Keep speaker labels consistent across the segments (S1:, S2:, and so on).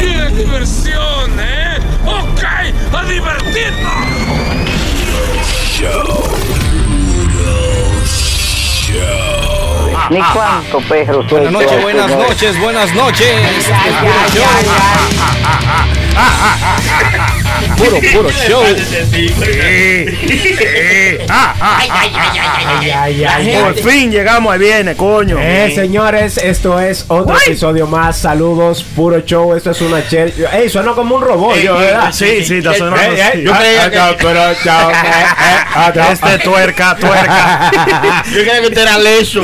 S1: ¡Qué diversión, eh! ¡Ok! ¡A divertirnos!
S2: Ni cuánto perro Este, soy. pero
S3: Buenas noches, buenas
S2: no es.
S3: noches, buenas noches. Es puro show. Puro, puro show.
S4: Por fin llegamos al viernes, coño.
S5: Eh, señores, esto es otro episodio más. Saludos, puro show. Esto es una chel. Ey, suena como un robot,
S6: Eh,
S5: yo, ¿verdad?
S4: Sí, sí, Ah, está sonando.
S5: Ey, ey,
S4: así.
S5: yo creía que-
S4: Este tuerca, tuerca.
S6: Yo creo que usted era leso.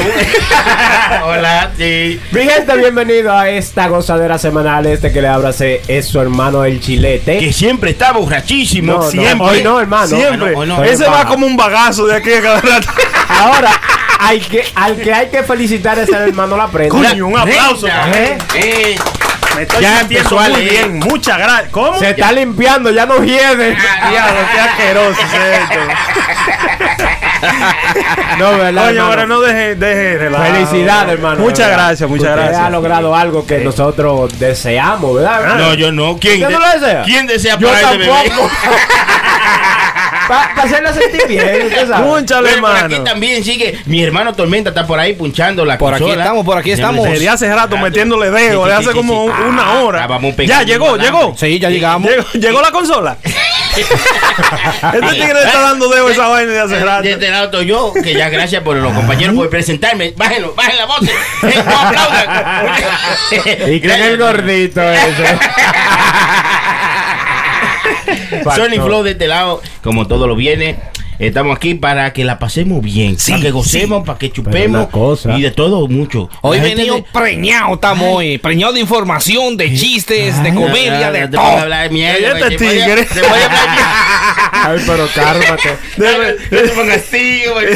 S6: Hola, sí.
S5: Mi gente, bienvenido a esta gozadera semanal. Este que le abrace es su hermano el chilete.
S6: Que siempre está borrachísimo.
S5: No, no,
S6: siempre.
S5: hoy no, hermano.
S4: Siempre.
S6: Hoy no, hoy no.
S4: Ese
S5: Hoy
S4: va
S5: no.
S4: como un bagazo de aquí a cada rato.
S5: Ahora, hay que, al que hay que felicitar es al hermano La Prenda.
S4: Coño, un aplauso.
S6: Eh, eh,
S4: Me estoy
S6: Ya
S4: sintiendo
S6: empezó a
S4: muy
S6: leer.
S4: bien. Muchas gracias. ¿Cómo?
S5: Se está limpiando, ya no hiede.
S4: Diablo, qué asqueroso es esto.
S5: No, ¿verdad?
S4: Coño,
S5: hermano?
S4: ahora no deje, deje relajo.
S5: Felicidades, hermano.
S4: Muchas
S5: ¿verdad?
S4: gracias, muchas
S5: Usted
S4: gracias. Ah.
S5: ha logrado algo que nosotros deseamos, ¿verdad? hermano?
S6: No, yo no. ¿Quién,
S5: ¿Usted no lo desea?
S6: ¿Quién desea
S5: Yo
S6: parar de bebé?
S5: tampoco. Para hacerla sentir bien, usted sabe.
S4: Púnchale,
S6: Pero por aquí
S4: hermano.
S6: también sigue. Mi hermano Tormenta está por ahí punchando la
S3: Por aquí
S6: consola.
S3: estamos, por aquí estamos.
S4: Desde hace rato metiéndole
S6: Sí,
S4: dedo,
S6: sí,
S4: de
S6: sí,
S4: hace
S6: sí,
S4: como
S6: sí.
S4: un- una
S6: Ah,
S4: hora.
S6: vamos a pegar
S4: Ya
S6: un
S4: llegó,
S6: alambre.
S4: llegó.
S3: Sí, ya llegamos.
S4: Llegó, llegó la consola. este tigre está dando dedo a esa vaina de hace rato.
S6: Eh, De este lado estoy yo, que ya gracias por
S3: Ah.
S6: los compañeros por presentarme. Bájenlo, bajen la voz. Eh, no aplaudan. Eh,
S5: Y creen el gordito ese.
S6: Sony Flow de este lado, como todos los viernes. Estamos aquí para que la pasemos bien, para que gocemos, para que chupemos
S5: una cosa-
S6: y de todo mucho.
S3: Hoy
S6: La gente
S3: venido
S6: de-
S3: preñado, estamos hoy. Preñado de información, de chistes, de comedia, de
S6: Ah, No te pongas a
S3: todo.
S6: hablar de mierda,
S4: Este
S6: güey, te voy a-
S4: tigre.
S6: Te voy a hablar
S5: Ay, pero cálmate.
S6: de- No te pongas así, güey.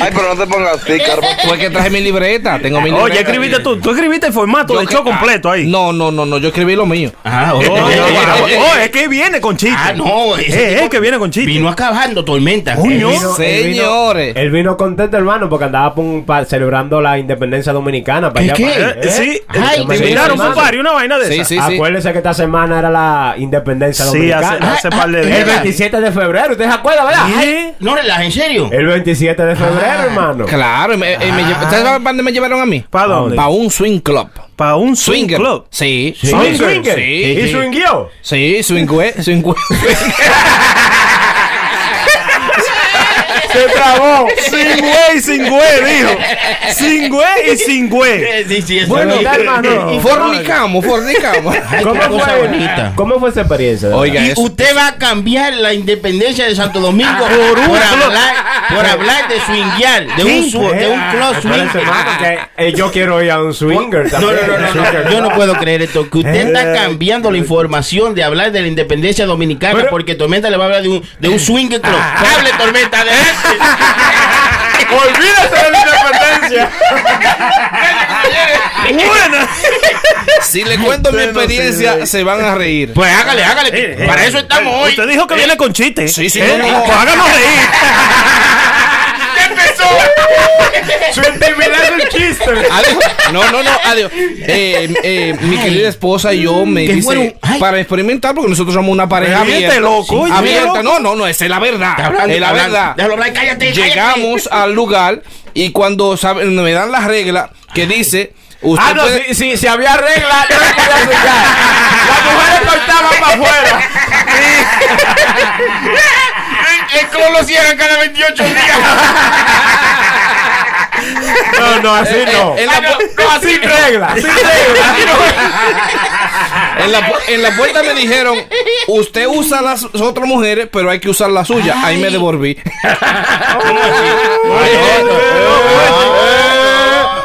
S2: Ay, pero no te pongas así, Carmen.
S3: Fue que traje mi libreta, tengo mi libreta.
S4: Oye, escribiste tú. Tú escribiste el formato
S3: Yo
S4: del
S3: que-
S4: show completo ahí.
S3: No, no, no, no, yo escribí lo mío.
S6: Ah,
S4: Oh,
S6: oye,
S4: oh,
S6: oye,
S4: oh,
S6: oye,
S4: oh, es que viene con chiste. Eh,
S6: Ah, no,
S4: Es
S6: ese tipo
S4: que viene con chiste.
S6: Vino acabando tormenta.
S4: Coño.
S6: Eh,
S3: Señores.
S5: Él vino contento, hermano, porque andaba pa un- pa- celebrando la independencia dominicana. Para
S6: ¿Qué, qué?
S5: allá, para
S4: Eh,
S5: allá, ¿eh?
S4: Sí, eh,
S6: Ay, sí,
S4: te miraron
S5: hermano.
S4: un par y una vaina de
S3: Sí,
S4: esas.
S3: sí, sí.
S5: Acuérdese que esta semana era la independencia
S4: Sí, hace,
S5: dominicana.
S4: hace par de
S6: Ah,
S5: El
S4: días.
S6: era.
S5: 27 de febrero, ¿usted se acuerda, verdad?
S4: Sí.
S6: No relaja, en serio.
S5: El 27 de febrero, hermano.
S3: Claro, y me, y me lle-
S6: Ah.
S3: ¿ustedes saben para dónde me llevaron a mí?
S4: ¿Para dónde?
S3: Para un swing club.
S4: Para un swing
S3: Swinger.
S4: club.
S3: Sí.
S5: ¿Son
S3: Sí,
S5: swingers?
S3: Sí,
S5: ¿Y
S3: sí.
S5: swinguió?
S3: Sí, swingüe, swingüe.
S4: Se trabó. sin güey, sin güey, dijo. Sin güey y sin güey.
S6: Eh, Sí, sí, eso
S5: Bueno,
S6: es.
S5: ya, hermano.
S3: fornicamos, fornicamos.
S6: Eh, Ay,
S5: ¿Cómo
S6: qué cosa
S5: fue,
S6: bonita.
S5: ¿Cómo fue esa experiencia?
S3: Oiga,
S6: Y
S3: eso.
S6: usted va a cambiar la independencia de Santo Domingo por, hablar, por hablar de swinguear, de un, su- de un club
S5: Espérense, Ah,
S6: swing.
S5: hermano, que, eh, yo quiero ir a un swinger
S6: No, no,
S5: también.
S6: no, no, no,
S5: Swinger,
S6: yo no puedo creer esto. Que usted está cambiando la información de hablar de la independencia dominicana
S5: Pero-
S6: porque Tormenta le va a hablar de un, de un swing club. ¡Hable, Tormenta! ¡Adelante!
S4: Olvídate de la independencia. Buena.
S3: Si le cuento mi experiencia, se van a reír.
S6: Pues hágale, hágale.
S4: Eh, eh,
S6: Para eso estamos
S4: eh,
S6: hoy.
S4: Usted dijo que viene con chiste.
S3: Sí, sí,
S4: Eh,
S3: no, no.
S4: Pues háganos reír.
S6: ¡Ya empezó!
S5: Su intimidad es un chiste.
S3: Adiós. No, no, no, adiós. Eh, eh, mi querida esposa y yo me
S6: Qué
S3: dice
S6: bueno. Ay.
S3: para experimentar, porque nosotros somos una pareja
S4: Pero este
S3: abierta.
S4: loco, oye,
S3: abierta.
S4: loco.
S3: No, no, no, esa es la verdad.
S6: Está hablando,
S3: es la
S6: está hablando.
S3: verdad.
S6: Déjalo hablar, cállate. cállate.
S3: Llegamos al lugar y cuando saben, me dan las reglas que dice. Usted
S5: Ah, no,
S3: puede-
S5: si, si, si había regla, yo no podía swingar. Las mujeres cortaban para afuera.
S6: El club lo cierran cada 28 días.
S5: No, no, así
S3: Eh,
S5: no.
S3: en la pu-
S5: No, así regla. Sin regla.
S3: En la, pu- en la puerta me dijeron, usted usa las otras mujeres, pero hay que usar la suya. Ahí me devolví. Ay,
S4: Pero,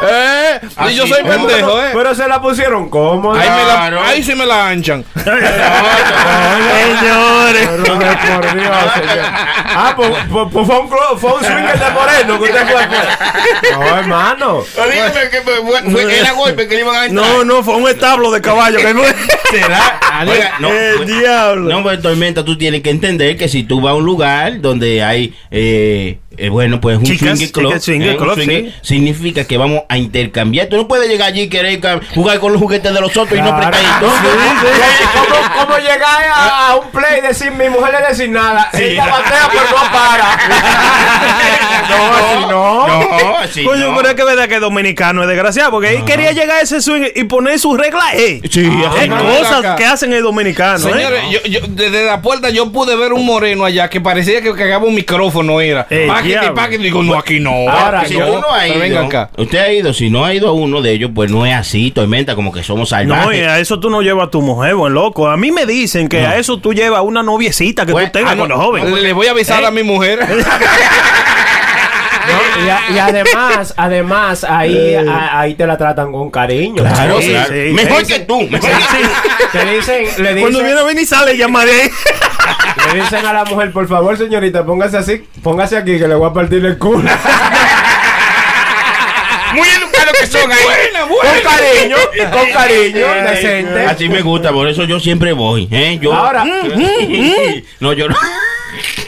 S3: eh, eh, y yo soy pendejo, eh.
S5: Pero se la pusieron cómoda.
S3: Ahí, me la-
S6: Claro.
S3: ahí sí me la anchan.
S4: Señores.
S5: Pero de por Dios, señor. Ah, pues, pues- pues fue, un, clo- fue un swinger de Moreno que usted fue a- No, hermano.
S6: Dígame que fue- fue- fue- era golpe que le iban a entrar.
S4: No, no, fue un establo de caballo. Que
S6: ¿Será? Oiga, no,
S4: El
S6: no,
S4: diablo.
S6: no, pues, Tormenta, tú tienes que entender que si tú vas a un lugar donde hay eh, eh, bueno, pues un
S4: Chicas,
S6: swing club,
S4: chicas, swinger
S6: eh, un
S4: club,
S6: swinger
S4: sí.
S6: significa que vamos a intercambiar. Tú no puedes llegar allí y querer ca- jugar con los juguetes de los otros y no
S5: Claro.
S6: prestar
S5: Sí, sí. ¿Cómo, cómo llegar a, a un play y decir mi mujer le decir nada? Ella batea pero no para. no, si no.
S6: No, así
S4: Coño,
S6: no.
S4: pero es que verdad que el dominicano es desgraciado porque él quería llegar a ese swing y poner sus reglas. Eh.
S6: Sí, así
S4: Es
S6: no.
S4: cosas
S3: acá.
S4: que hacen el dominicano. ¿eh?
S3: Señores, yo, yo- desde la puerta yo pude ver un moreno allá que parecía que cagaba un micrófono, era.
S4: Eh,
S3: Paquete,
S4: diablo.
S3: paquete, digo, no, aquí no.
S5: Ahora,
S3: aquí
S6: Si
S5: yo-
S3: no.
S6: uno ha
S3: Pero
S6: ido,
S3: venga acá.
S6: usted ha ido, si no ha ido a uno de ellos, pues no es así, tormenta, como que somos salvajes.
S4: No, y a eso tú no llevas a tu mujer, buen loco. A mí me dicen que a eso tú llevas una noviecita que
S6: Bueno,
S4: tú tengas
S6: ah, no,
S4: cuando joven.
S3: Le voy a avisar a mi mujer.
S5: No, y, a- y además, además, ahí, a- ahí te la tratan con cariño.
S6: Claro,
S4: Sí,
S6: claro.
S4: sí,
S6: mejor
S4: sí,
S6: que
S4: sí.
S6: tú. mejor que-
S5: Te dicen, le
S4: Cuando
S5: dicen,
S4: viene a venir sale, llamaré.
S5: le dicen a la mujer, por favor, señorita, póngase así, póngase aquí que le voy a partir el culo.
S6: Muy educados que son ahí.
S5: con cariño, con cariño, decente.
S6: Así me gusta, por eso yo siempre voy. ¿eh? Yo,
S5: Ahora-
S6: no, yo no.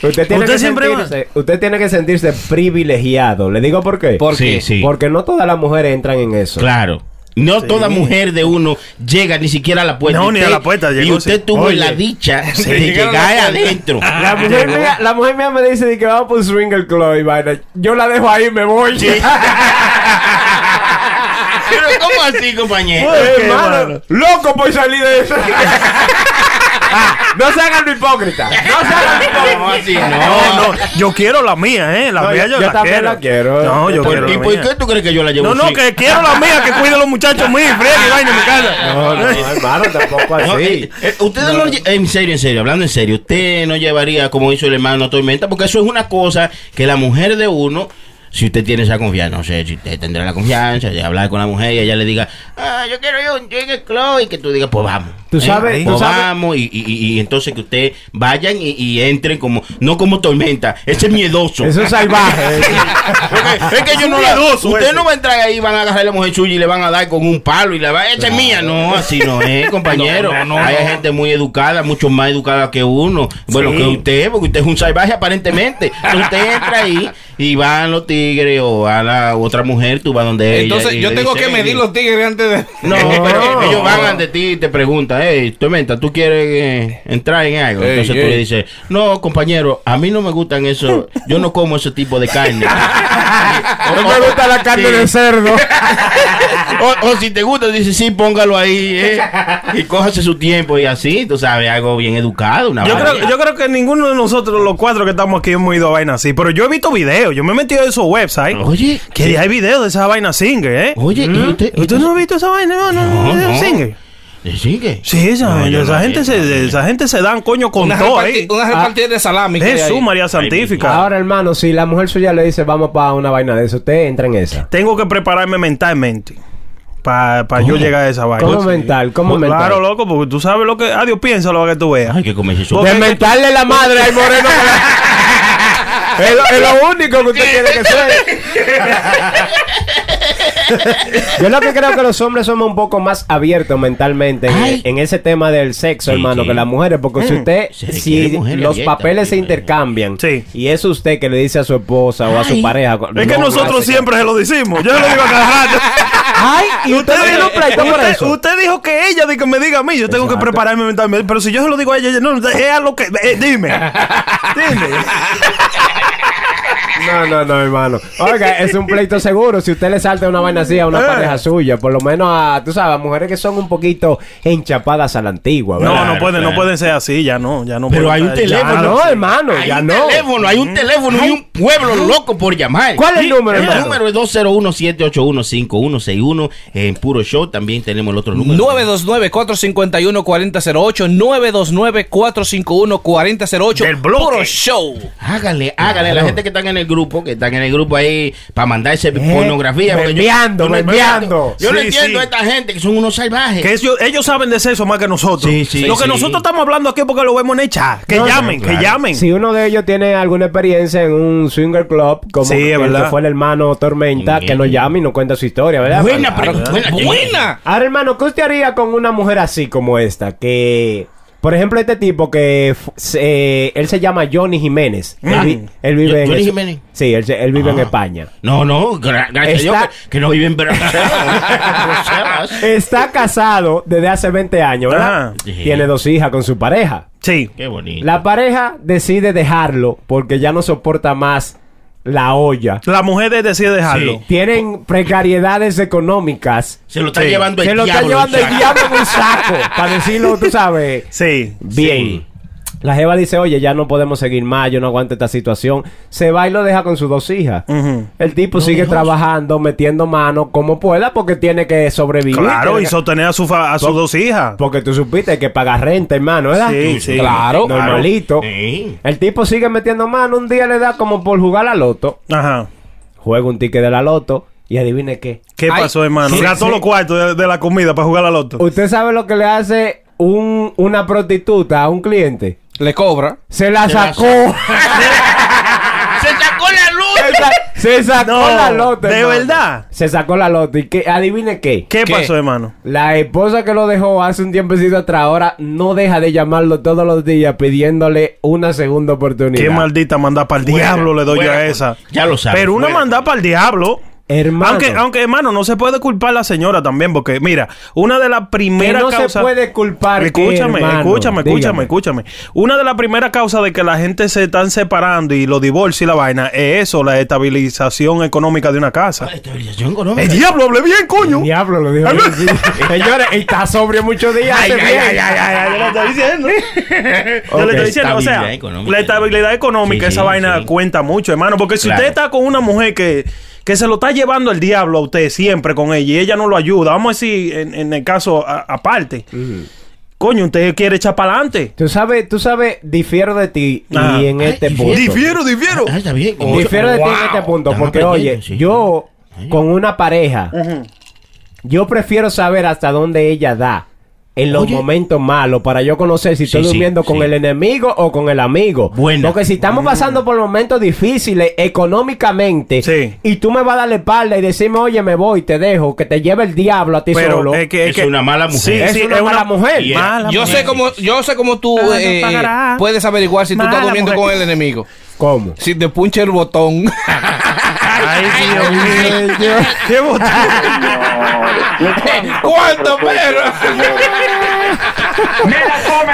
S5: Usted tiene,
S4: Usted
S5: que
S4: siempre va.
S5: sentirse, usted tiene que sentirse privilegiado. Le digo por qué.
S3: ¿Por
S6: Sí,
S3: qué?
S6: sí.
S5: Porque no todas las mujeres entran en eso.
S6: Claro. No toda mujer de uno llega ni siquiera a la puerta.
S4: No,
S6: Y
S4: ni a la puerta
S6: Y
S4: llegó,
S6: usted
S4: sí.
S6: tuvo
S4: Oye.
S6: la dicha de llegar adentro.
S5: La mujer, mía, la mujer mía me dice de que vamos por un swinger club y vaina. Yo la dejo ahí y me voy.
S6: Pero ¿cómo así, compañero?
S5: Eh,
S4: qué
S5: hermano,
S4: malo.
S5: loco por salir de eso. Ah, no se hagan lo hipócrita. No se hagan lo
S6: No,
S5: hipócrita.
S6: así
S4: No,
S6: no.
S4: no, yo quiero la mía, ¿eh? La
S5: No,
S4: mía
S5: yo-
S4: yo,
S5: yo
S4: la
S5: también
S4: quiero.
S5: la quiero.
S4: No,
S5: Yo
S4: yo
S5: también.
S4: quiero
S6: ¿Y
S4: la
S6: por
S4: mía.
S6: qué tú crees que yo la llevo
S4: No, no,
S6: así?
S4: que quiero la mía, que cuide a los muchachos míos, friega y vaina en mi casa.
S5: No, no, hermano, tampoco
S6: No,
S5: así.
S6: eh, eh, ustedes no lle- en serio, en serio, hablando en serio, usted no llevaría como hizo el hermano a tormenta, porque eso es una cosa que la mujer de uno, si usted tiene esa confianza, no sé, si usted tendrá la confianza de hablar con la mujer y ella le diga, ah, yo quiero ir a un Jigger Club", y que tú digas, pues vamos.
S5: Tú sabes,
S6: pues
S5: tú sabes.
S6: vamos, y, y- y- y entonces que usted vayan y, y entren como, no como tormenta, ese es miedoso.
S5: Eso es salvaje.
S6: Porque es que yo no la Usted no va a entrar ahí, van a agarrar a la mujer suya y le van a dar con un palo y la va, esta es mía. No, así no es, compañero.
S3: No, no, no,
S6: Hay
S3: no.
S6: gente muy educada, mucho más educada que uno. Bueno,
S4: Sí.
S6: que usted, porque usted es un salvaje aparentemente. Entonces usted entra ahí y van los tigres o a la otra mujer, tú vas donde ella.
S3: Entonces
S6: y
S3: yo
S6: le
S3: tengo
S6: dices,
S3: que medir
S6: "Ey".
S3: los tigres antes de.
S6: No, pero
S5: No.
S6: ellos van ante ti y te preguntan, hey, Tormenta, ¿tú quieres eh, entrar en algo?
S3: Ey,
S6: Entonces tú
S3: ey.
S6: le dices, no, compañero, a mí no me gustan eso, yo no como ese tipo de carne.
S5: No me gusta la carne
S6: Sí.
S5: de cerdo.
S6: O, o si te gusta, dices, sí, póngalo ahí, eh, y cójase su tiempo y así, tú sabes, algo bien educado, una
S4: Yo
S6: vaina.
S4: creo, yo creo que ninguno de nosotros, los cuatro que estamos aquí, hemos ido a vaina así. Pero yo he visto videos, yo me he metido en esos websites.
S6: Oye,
S4: Que hay videos de esa vaina singer, ¿eh?
S6: Oye, ¿y usted-
S4: ¿Usted no ha visto esa vaina, no? No, no,
S6: No,
S4: de
S6: no.
S4: singer.
S6: ¿le sigue?
S4: Sí, esa,
S6: No, yo
S4: esa
S6: no,
S4: gente
S6: yo
S4: se,
S6: no, yo no.
S4: esa gente se dan coño con
S3: Una,
S4: todo
S3: reparti-
S4: ahí. Ah,
S3: una repartida de salami. que hay ahí.
S4: Jesús, María Santífica.
S5: Ahora, hermano, si la mujer suya le dice vamos para una vaina de eso, usted entra en esa.
S4: Tengo que prepararme mentalmente para yo llegar a esa vaina.
S5: ¿Cómo mental? ¿Cómo
S4: Pues, Claro,
S5: mental?
S4: loco, porque tú sabes lo que. Adiós, piensa lo que tú veas.
S6: Ay, que comerse su...
S4: Vos-
S5: De mentarle la madre al moreno. que- es, lo, es lo único que usted quiere que suene. Yo lo que creo que los hombres somos un poco más abiertos mentalmente en, e,
S6: Ay.
S5: en ese tema del sexo,
S6: Sí,
S5: hermano,
S6: sí.
S5: que las mujeres. Porque si usted,
S6: Se requiere
S5: si
S6: mujer
S5: los
S6: abierta,
S5: papeles se
S6: sí,
S5: intercambian
S4: Sí.
S5: y es usted que le dice a su esposa o a su
S6: Ay.
S5: pareja.
S4: Es que
S5: no,
S4: nosotros
S5: hace-
S4: siempre se lo decimos. Yo se lo digo a cada rato.
S5: Ay, y usted,
S4: Usted,
S5: tiene un pleito por
S4: usted-
S5: eso.
S4: usted dijo que ella di- que me diga a mí, yo tengo que
S5: Exacto.
S4: prepararme mentalmente. Pero si yo se lo digo a ella, ella, no, es a lo que. eh, dime. dime.
S5: No, no, no, hermano. Oiga, es un pleito seguro. Si usted le salta una vaina así a una
S4: Eh.
S5: pareja suya, por lo menos a, tú sabes, a mujeres que son un poquito enchapadas a la antigua,
S4: No,
S5: ¿verdad?
S4: no pueden,
S6: claro.
S4: no pueden ser así, ya no, ya no.
S6: Pero
S4: pueden
S6: hay un
S4: estar- ya
S5: Ah,
S6: teléfono.
S5: no, hermano,
S6: Hay
S5: ya
S6: un
S5: no.
S6: teléfono, hay
S4: Mm.
S6: un teléfono y un pueblo loco por llamar.
S5: ¿Cuál es el número,
S6: El
S5: hermano?
S6: número es 201-781-5161. En Puro Show también tenemos el otro número.
S3: 929-451-4008. 929-451-4008.
S4: Del bloque.
S3: Puro show.
S6: Hágale, hágale a la gente que están en el grupo, que están en el grupo ahí para mandarse pornografía. porque yo-
S5: Bombeando,
S6: yo no entiendo-
S5: bombeando.
S6: Yo
S4: Eh,
S6: no
S4: Sí, sí.
S6: entiendo a esta gente que son unos salvajes.
S4: Que ellos, ellos saben de sexo más que nosotros.
S6: Sí, sí,
S4: lo que
S6: sí.
S4: nosotros estamos hablando aquí porque lo vemos en el chat. Que
S5: No, no,
S4: llamen,
S6: claro.
S4: que llamen.
S5: Si uno de ellos tiene alguna experiencia en un swinger club, como
S4: Sí, es
S5: el que
S4: verdad.
S5: fue el hermano Tormenta,
S6: Bien.
S5: que nos llama y nos cuenta su historia, ¿verdad?
S6: Mm. Buena,
S5: hermano?
S6: pre- buena,
S3: Buena.
S5: Ahora, hermano, ¿qué usted haría con una mujer así como esta? Que Por ejemplo, este tipo que f- se- eh, él se llama Johnny Jiménez. Él, vi- él vive en
S6: Ah. Johnny
S5: es-
S6: Jiménez.
S5: Sí, él, se- él vive en
S6: Ah.
S5: España.
S6: No, no, gra- gracias a
S5: Está-
S6: Dios que, que no vive en Brasil.
S5: Está casado desde hace 20 años, ¿verdad?
S6: Ah.
S4: Ajá.
S5: Tiene dos hijas con su pareja.
S4: Sí.
S6: Qué bonito.
S5: La pareja decide dejarlo porque ya no soporta más la olla.
S4: La mujer de- decide dejarlo.
S6: Sí.
S5: Tienen precariedades económicas.
S6: se lo está
S4: Sí.
S6: llevando el
S5: Se lo está
S6: diablo.
S5: llevando el
S6: Isaac.
S5: diablo en un saco. Para decirlo, tú sabes.
S4: Sí.
S5: Bien. La jeva dice, oye, ya no podemos seguir más, yo no aguanto esta situación. Se va y lo deja con sus dos hijas.
S4: Ujú.
S5: El tipo sigue trabajando, metiendo mano como pueda porque tiene que sobrevivir.
S4: Claro,
S5: Tiene
S4: y
S5: que-
S4: sostener a, su fa- a sus dos hijas.
S5: Porque tú supiste que pagar renta, hermano, ¿verdad?
S4: Sí, sí.
S3: Claro.
S5: Normalito.
S6: Sí.
S5: El tipo sigue metiendo mano, un día le da como por jugar a loto.
S4: Ajá.
S5: Juega un ticket de la loto y adivine qué.
S4: ¿Qué
S3: Ay,
S4: pasó, hermano?
S3: sí,
S4: Gastó
S3: sí.
S4: los cuartos de, de la comida para jugar a la loto.
S5: ¿Usted sabe lo que le hace un- una prostituta a un cliente?
S3: Le cobra.
S5: Se la
S6: Se la
S5: sacó.
S6: Se sacó la
S5: Se
S6: luz.
S5: sa- se sacó
S4: No,
S5: la loto.
S4: ¿de
S5: hermano.
S4: verdad?
S5: Se sacó la loto. ¿Y qué? Adivine qué.
S4: ¿Qué,
S3: ¿Qué?
S4: pasó, hermano?
S5: La esposa que lo dejó hace un tiempecito atrás ahora no deja de llamarlo todos los días pidiéndole una segunda oportunidad.
S4: Qué maldita mandada para el
S6: Fuera,
S4: diablo le doy yo a
S6: fuera,
S4: esa.
S6: ya lo sabes,
S4: Pero una
S6: fuera.
S4: mandada para el diablo.
S5: Hermano.
S4: Aunque, aunque, hermano, no se puede culpar a la señora también, porque mira, una de las
S5: que
S4: primeras
S5: no
S4: causas.
S5: se puede culpar. que,
S4: Escúchame,
S5: hermano,
S4: escúchame,
S5: dígame.
S4: escúchame, escúchame. Una de las primeras causas de que la gente se están separando y los divorcios y la vaina es eso, la estabilización económica de una casa.
S6: Estabilización
S4: ¡El
S6: económica.
S4: diablo, hablé bien, coño!
S5: Diablo lo dijo. bien, sí. Señores, está sobrio muchos días.
S4: Ay,
S5: hace
S4: ay,
S5: bien.
S4: ay, ay, ay, ay, yo le estoy diciendo. Yo le
S5: Ok.
S4: estoy diciendo, o sea,
S6: Estabilidad económica.
S4: la estabilidad económica,
S6: Sí,
S4: esa
S6: sí,
S4: vaina
S6: sí.
S4: cuenta mucho, hermano. Porque si
S6: Claro.
S4: usted está con una mujer que, que se lo está llevando el diablo a usted siempre con ella y ella no lo ayuda, vamos a decir, en, en el caso a- aparte, coño, usted quiere echar para adelante.
S5: Tú sabes, tú sabes, difiero de ti
S4: Ah.
S5: y en este
S6: Ay,
S5: punto. Oh,
S4: Difiero, difiero.
S6: Ah, está bien.
S5: Difiero de ti en este punto,
S6: Estamos
S5: porque oye,
S6: aprendiendo, sí.
S5: yo
S6: Ay.
S5: con una pareja, yo prefiero saber hasta dónde ella da en los
S6: Oye.
S5: momentos malos para yo conocer si estoy
S6: sí,
S5: durmiendo con
S6: sí. Mm.
S5: el enemigo o con el amigo.
S6: Buena.
S5: Porque si estamos pasando por momentos difíciles económicamente
S4: Sí.
S5: y tú me vas a dar la espalda y decirme, oye, me voy, te dejo, que te lleve el diablo a ti solo.
S4: Pero eh, es que
S6: Es una mala mujer.
S4: Sí,
S5: Es
S4: sí,
S5: una
S4: es
S5: mala mujer.
S4: Y es-
S6: Mala
S3: Yo sé cómo, yo sé cómo tú
S4: Ah, no
S3: eh,
S4: pagará.
S3: puedes averiguar si tú
S4: Mala
S3: estás durmiendo
S4: mujer.
S3: con el enemigo.
S5: ¿Cómo?
S3: Si te puncha el botón.
S4: Ay, Dios mío. Qué botón.
S3: ¿Cuánto pero?
S6: este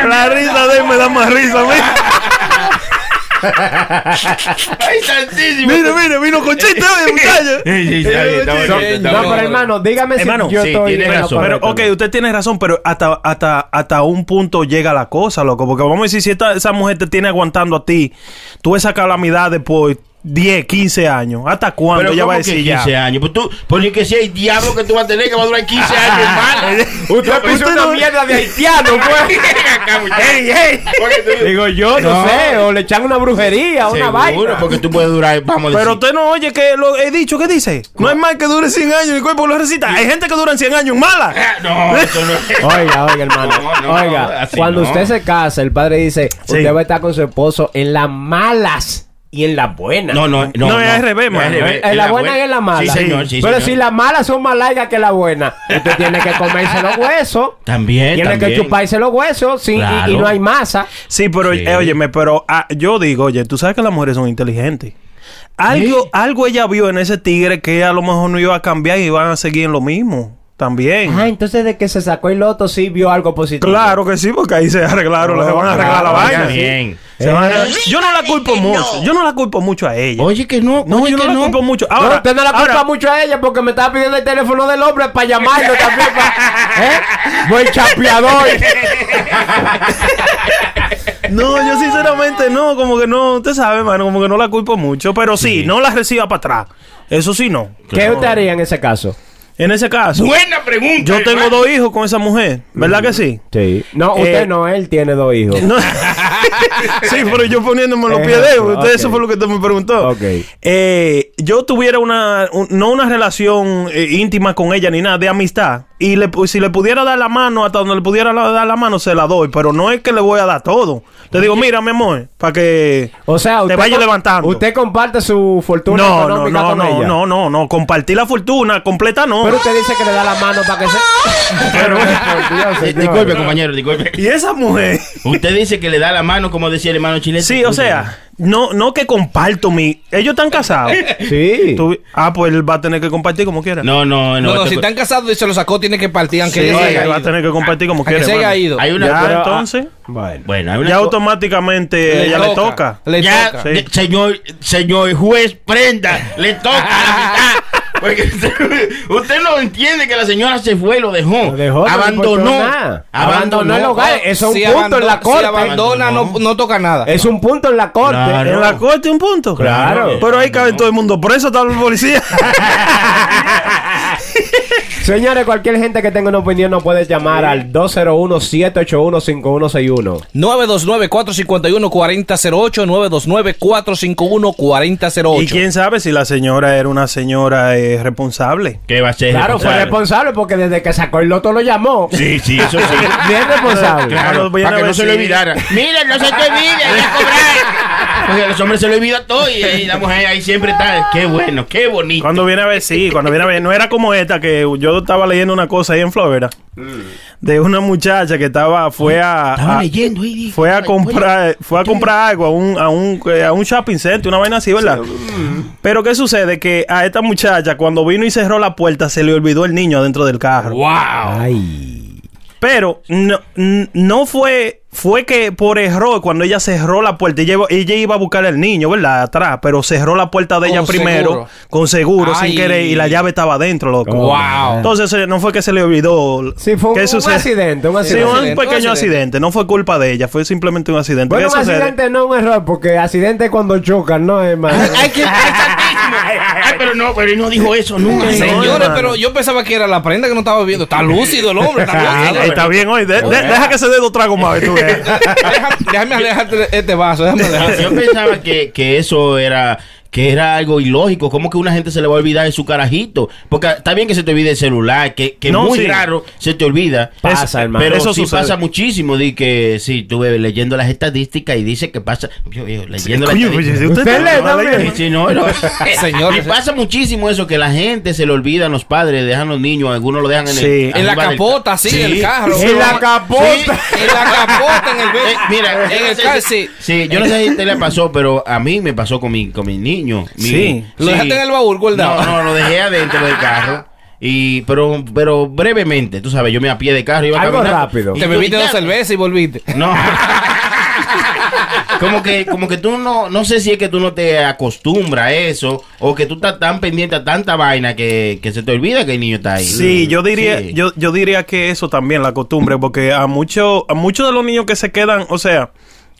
S4: La risa de él me da más risa, mira.
S6: Ay, santísimo.
S4: Mira, mira, vino con chiste, oye, muchacho.
S6: Sí, sí, está bien, está
S3: Sí,
S6: bonito,
S3: sí,
S6: está
S5: No,
S3: bien.
S5: pero
S6: bonito.
S5: hermano, dígame
S4: Hermano,
S5: si yo
S6: sí,
S5: estoy
S6: tiene
S5: en la
S6: razón.
S4: Pero,
S5: correcta.
S4: ok, usted tiene razón, pero hasta, hasta, hasta un punto llega la cosa, loco. Porque vamos a decir, si esta- esa mujer te tiene aguantando a ti, tú esa calamidad de por 10, 15 años, ¿hasta cuándo
S6: Pero
S4: ella va a
S6: ¿cómo que
S4: decir
S6: 15
S4: ya?
S6: años. Pues tú, pues ni que si hay diablo que tú vas a tener que va a durar 15
S5: Ah,
S6: años, hermano.
S5: Usted puso
S4: Ah, eh, Usted
S5: una
S4: no-
S5: mierda de haitiano, pues.
S6: ¡Ey, ey!
S5: Digo yo, no, sé, o le echan una brujería, una vaina.
S6: porque tú puedes durar, vamos a
S4: Pero
S6: decir.
S4: usted no oye que lo he dicho, ¿qué dice? No es mal que dure 100 años, el cuerpo lo recita. Hay gente que dura 100 años mala.
S6: Ah, No, eso no es.
S5: Oiga, oiga, hermano.
S6: No, no,
S5: oiga,
S6: así
S5: cuando
S6: no.
S5: usted se casa, el padre dice,
S4: Sí.
S5: usted va a estar con su esposo en las malas y en las buenas.
S6: No, no, no.
S4: No, es al revés, mano.
S6: revés,
S5: ¿eh? En
S6: es
S5: la buena y en la mala.
S6: Sí, señor, sí,
S5: Pero
S6: señor.
S5: si las malas son más largas que la buena, usted tiene que comerse los huesos.
S6: También,
S5: Tiene que
S6: también.
S5: chuparse los huesos sin- y- y,
S6: Claro.
S5: no hay masa.
S4: Sí, pero,
S6: Sí.
S4: eh, óyeme, pero ah, yo digo, oye, tú sabes que las mujeres son inteligentes. Algo, algo ella vio en ese tigre que a lo mejor no iba a cambiar y iban a seguir en lo mismo. También.
S5: Ah, entonces de que se sacó el loto sí vio algo positivo.
S4: Claro que sí, porque ahí se arreglaron, se van a arreglar la
S5: claro,
S4: vaina.
S5: ya,
S6: Ah, Bien.
S4: Se van a arreglar- Yo no la culpo mucho, yo no la culpo mucho a ella.
S6: Oye, que no.
S4: no,
S6: oye,
S4: yo no
S6: que
S4: la culpo mucho.
S5: no,
S4: Ahora,
S5: usted no la culpa
S4: ahora,
S5: mucho a ella porque me estaba pidiendo el teléfono del hombre para llamarlo también. pa- ¿Eh? Buen chapeador.
S4: No, yo sinceramente no, como que no, usted sabe, mano, como que no la culpo mucho, pero sí, no la reciba para atrás. Eso sí, no.
S5: ¿Qué usted haría en ese caso?
S4: En ese caso,
S6: Buena pregunta.
S4: yo tengo
S6: hermano.
S4: dos hijos con esa mujer, ¿verdad que sí?
S5: Sí. No, usted
S4: Eh,
S5: no, él tiene dos hijos.
S4: No. sí, pero yo poniéndome los pies
S5: Ejemplo,
S4: de ellos. Usted,
S5: Eh, ok.
S4: Eso fue lo que usted me preguntó.
S5: Ok.
S4: Eh, yo tuviera una, un- no una relación eh, íntima con ella ni nada, de amistad. y le pu- si le pudiera dar la mano, hasta donde le pudiera la- dar la mano, se la doy. Pero no es que le voy a dar todo. Le digo, mira, mi amor, para que
S5: O sea, usted,
S4: te vaya
S5: com-
S4: levantando.
S5: usted comparte su fortuna
S4: no, no,
S5: económica
S4: no,
S5: con
S4: no,
S5: ella.
S4: no, no, no. Compartir la fortuna completa no.
S5: Pero usted dice que le da la mano para que se. Pero, por Dios,
S6: Eh,
S5: señor.
S6: Disculpe, compañero, disculpe.
S4: y esa mujer.
S6: Usted dice que le da la mano, como decía el hermano chileno.
S4: Sí, o sea, no, no que comparto mi. Ellos están casados.
S5: Sí.
S4: Tú- ah, pues él va a tener que compartir como quiera.
S6: No, no,
S3: No,
S6: no.
S3: no,
S6: esto-
S3: si están casados y se lo sacó, tiene que partir, aunque
S4: Sí,
S3: ella se haya
S4: él va a
S3: ido.
S4: tener que compartir como
S3: Aunque
S4: quiera.
S3: se haya
S4: hermano.
S3: ido.
S6: Hay una.
S4: Ya,
S5: pero, ah,
S4: entonces,
S5: Bueno.
S6: Bueno, hay una.
S4: ya automáticamente ella le toca.
S3: Le
S6: Ya,
S3: toca.
S4: Sí.
S6: de- señor, señor juez, prenda, le toca la mitad. Porque usted, usted no entiende que la señora se fue, lo dejó.
S5: Lo dejó, no le importó
S6: abandonó,
S5: nada. Abandonó el hogar.
S3: Ah,
S5: Eso es un
S3: si
S5: punto en la
S3: abandona-
S5: corte.
S3: Si abandona, no, no toca nada.
S5: Es un punto en la corte.
S6: Claro.
S4: En la corte un punto.
S5: Claro.
S4: Pero ahí cabe todo el mundo. Por eso está el policía.
S5: Señores, cualquier gente que tenga una opinión nos puede llamar al 201-781-5161.
S3: 929-451-4008, 929-451-4008.
S4: y quién sabe si la señora era una señora eh, responsable.
S6: ¿Qué va a ser?
S5: Claro, fue responsable porque desde que sacó el loto lo llamó.
S6: Sí, sí, eso sí.
S5: Bien responsable.
S6: Claro,
S4: Claro, viene
S6: para que
S4: a
S6: no se lo
S4: decir-
S6: olvidara. Mira, no se te olvide, hay que cobrar. Porque a los hombres se lo olvida todo y, y la mujer ahí siempre está. Qué bueno, qué bonito.
S4: Cuando viene a ver, sí, cuando viene a ver. No era como esta que yo estaba leyendo una cosa ahí en Florida. De una muchacha que estaba, fue a.
S6: Estaba
S4: a-
S6: leyendo ahí. dije,
S4: Fue a
S6: ay,
S4: comprar, fue a comprar algo a un, a un, eh, a un shopping center, una vaina así, ¿verdad? Pero qué sucede que a esta muchacha cuando vino y cerró la puerta se le olvidó el niño adentro del carro. Pero no, n- no fue, fue que por error, cuando ella cerró la puerta, ella, iba- ella iba a buscar al niño, ¿verdad? Atrás, pero cerró la puerta de
S3: Con
S4: ella primero,
S3: seguro.
S4: con seguro,
S3: Ay.
S4: sin querer, y la llave estaba adentro, loco.
S3: Wow.
S4: Entonces eh, no fue que se le olvidó.
S5: Sí, fue un,
S4: ¿Qué
S5: un
S4: sucede?
S5: accidente, un
S4: Sí,
S5: accidente.
S4: un
S3: accidente, un
S4: pequeño
S3: accidente.
S4: accidente. No fue culpa de ella, fue simplemente un accidente.
S5: Bueno,
S4: ¿Qué
S5: un
S4: sucede?
S5: accidente no un error, porque accidente es cuando chocan, ¿no, hermano?
S3: Ah,
S6: Ay, qué ay, santísimo. Ay, pero no, pero él no dijo eso nunca.
S4: Señor,
S3: Señores,
S4: hermano.
S3: pero yo pensaba que era la prenda que no estaba viendo. Está lúcido el hombre, está
S4: Ah,
S3: lúcido.
S4: está bien hoy. De- de- deja que se dé dos tragos más. tú veas.
S3: Deja- déjame alejarte este vaso, déjame alejarte.
S6: Yo pensaba que, que eso era que era algo ilógico, como que una gente se le va a olvidar de su carajito, porque está bien que se te olvide el celular, que, que
S4: No,
S6: muy
S4: sí.
S6: raro se te olvida,
S5: Pasa,
S6: Es-
S5: hermano.
S6: pero eso
S4: Eso
S6: sí
S4: sucede.
S6: pasa muchísimo, di que sí, tuve leyendo las estadísticas y dice que pasa, yo, yo, leyendo las
S4: Coño, pues, oye,
S6: estadísticas.
S4: si
S5: Usted
S4: está-
S5: le da
S4: no,
S5: bien.
S4: leyendo.
S6: Sí, no, no.
S3: Señores.
S6: eh, y pasa muchísimo eso, que la gente se le olvida a los padres, dejan los niños, algunos lo dejan en, el-
S4: Sí.
S3: En la
S6: arriba del-
S3: capota, sí, en el carro.
S5: En la capota.
S6: Sí.
S3: En la capota, en el
S6: Eh, mira,
S3: en
S6: yo no
S3: el
S6: sé
S3: car
S6: si-
S3: seat.
S6: Sí, yo no sé si a usted le pasó, pero a mí me pasó con mi, con mi niño. Mi-
S4: Sí.
S3: ¿Lo dejaste en el baúl guardado?
S6: No, no, lo dejé adentro del carro. Y, pero, pero brevemente, tú sabes, yo me apié de carro iba
S5: Algo
S6: caminando.
S5: rápido.
S6: Y
S3: Te
S6: tú-
S3: bebiste
S6: y
S3: dos
S6: claro,
S3: cervezas y volviste.
S6: No. Como que, como que tú no, no sé si es que tú no te acostumbras a eso, o que tú estás tan pendiente a tanta vaina que, que se te olvida que el niño está ahí.
S4: Sí, yo diría,
S6: Sí.
S4: Yo, yo diría que eso también la costumbre, porque a muchos, a muchos de los niños que se quedan, o sea,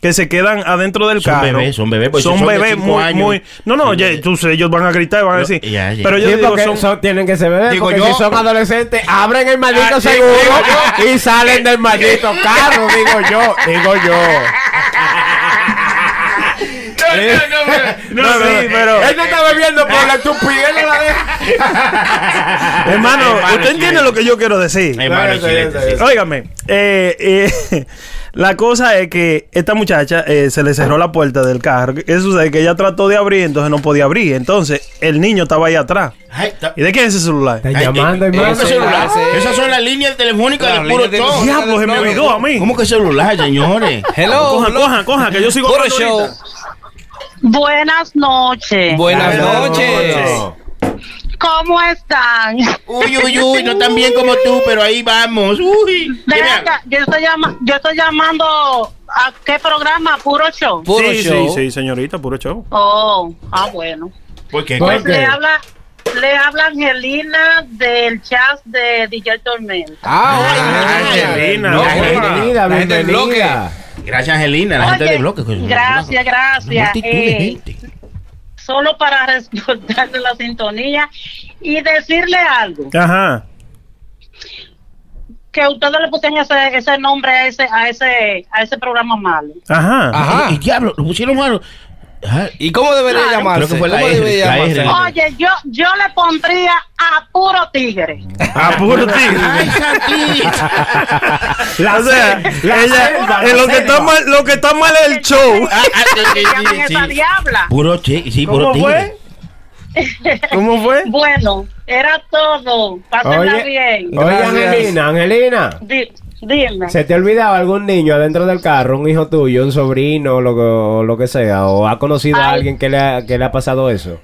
S4: que se quedan adentro del
S6: Son
S4: carro.
S6: bebés, son bebés, porque
S4: son
S6: son de
S4: bebés
S6: cinco
S4: muy,
S6: años.
S4: muy. No, no,
S6: Sí,
S4: ya,
S6: ya.
S4: tú sé, ellos van a gritar y van a
S6: No,
S4: decir.
S6: ya, ya.
S4: Pero yo
S5: Sí,
S4: digo,
S5: porque
S4: son,
S5: son- tienen que ser bebés,
S6: Digo
S5: porque
S6: yo-
S5: si son adolescentes, abren el maldito
S6: Ah, sí,
S5: seguro
S6: digo yo.
S5: y salen del maldito carro, digo yo, digo yo.
S6: No, no, no,
S4: No,
S6: no, no,
S4: sí,
S6: no.
S4: pero.
S5: Él no está bebiendo por la estupidez, no la deja.
S4: Hermano,
S6: Hermano,
S4: usted entiende
S6: sí.
S4: lo que yo quiero decir.
S6: Hermano,
S5: Sí, sí,
S6: excelente,
S5: sí,
S6: sí.
S4: Óigame, eh, eh, la cosa es que esta muchacha eh, se le cerró la puerta del carro. ¿Qué sucede? Que ella trató de abrir, entonces no podía abrir. Entonces, el niño estaba ahí atrás.
S6: Ay, está-
S4: ¿Y de quién es ese celular?
S5: Está llamando,
S6: Eh, eh,
S5: hermano.
S6: ese celular,
S3: sí.
S6: Esas son las líneas telefónicas
S3: Las
S6: de puro
S3: líneas de-
S6: show.
S4: Diablo, se me olvidó a mí.
S6: ¿Cómo que celular, señores?
S3: Hello.
S4: Coja,
S3: hello.
S4: coja, coja, que yo sigo
S3: Puro
S4: hablando
S3: show.
S4: ahorita.
S7: Buenas noches.
S3: Buenas
S5: Buenas
S3: noches.
S5: noches.
S7: ¿Cómo están?
S6: Uy, uy, uy, no tan bien como tú, pero ahí vamos. Uy.
S7: Ven
S6: Mira,
S7: acá, yo estoy, llama- yo estoy llamando a qué programa, Puro Show.
S3: Puro
S4: sí,
S3: show.
S4: sí, sí, señorita, puro show.
S7: Oh, ah, bueno.
S6: ¿Por qué?
S5: Bueno.
S7: Pues
S5: Ok.
S7: le habla, le habla Angelina del chat de DJ Tormenta.
S3: Ah,
S6: Ay, Angelina,
S3: No,
S6: la
S3: joda.
S5: bienvenida,
S3: La gente en bloque.
S5: bienvenida.
S6: Gracias, Angelina, la gente
S7: Oye,
S6: de bloque. coño.
S7: gracias,
S6: Una
S7: gracias.
S6: multitud de
S7: Eh,
S6: gente.
S7: solo para reportarle la sintonía y decirle algo.
S4: Ajá.
S7: Que ustedes le pusieron ese, ese nombre a ese, a ese, a ese programa malo.
S4: Ajá.
S3: Ajá.
S6: Y, y diablo, lo pusieron malo. Ajá.
S3: ¿Y cómo debería
S7: Claro.
S3: llamarse?
S6: Creo que fue la
S3: ¿Cómo
S6: R,
S3: debería
S6: la
S3: llamarse?
S6: R.
S7: Oye, yo, yo le pondría a puro tigre.
S4: A Ah, puro tigre. o sea, ella, en lo, que está mal, lo que está mal es el show.
S6: Ah, ah, sí, sí,
S7: Llaman
S6: sí,
S7: esa
S6: sí.
S7: diabla.
S6: Puro che, sí, puro
S4: ¿Cómo
S6: tigre.
S4: fue? ¿Cómo fue?
S7: Bueno, era todo. Pásenla bien.
S5: Oye,
S3: Gracias.
S5: Angelina, Angelina.
S7: Di- dime.
S5: ¿Se te olvidaba algún niño adentro del carro, un hijo tuyo, un sobrino, lo que, o lo que sea? ¿O ha conocido a
S7: Ay.
S5: alguien que le ha, que le ha pasado eso?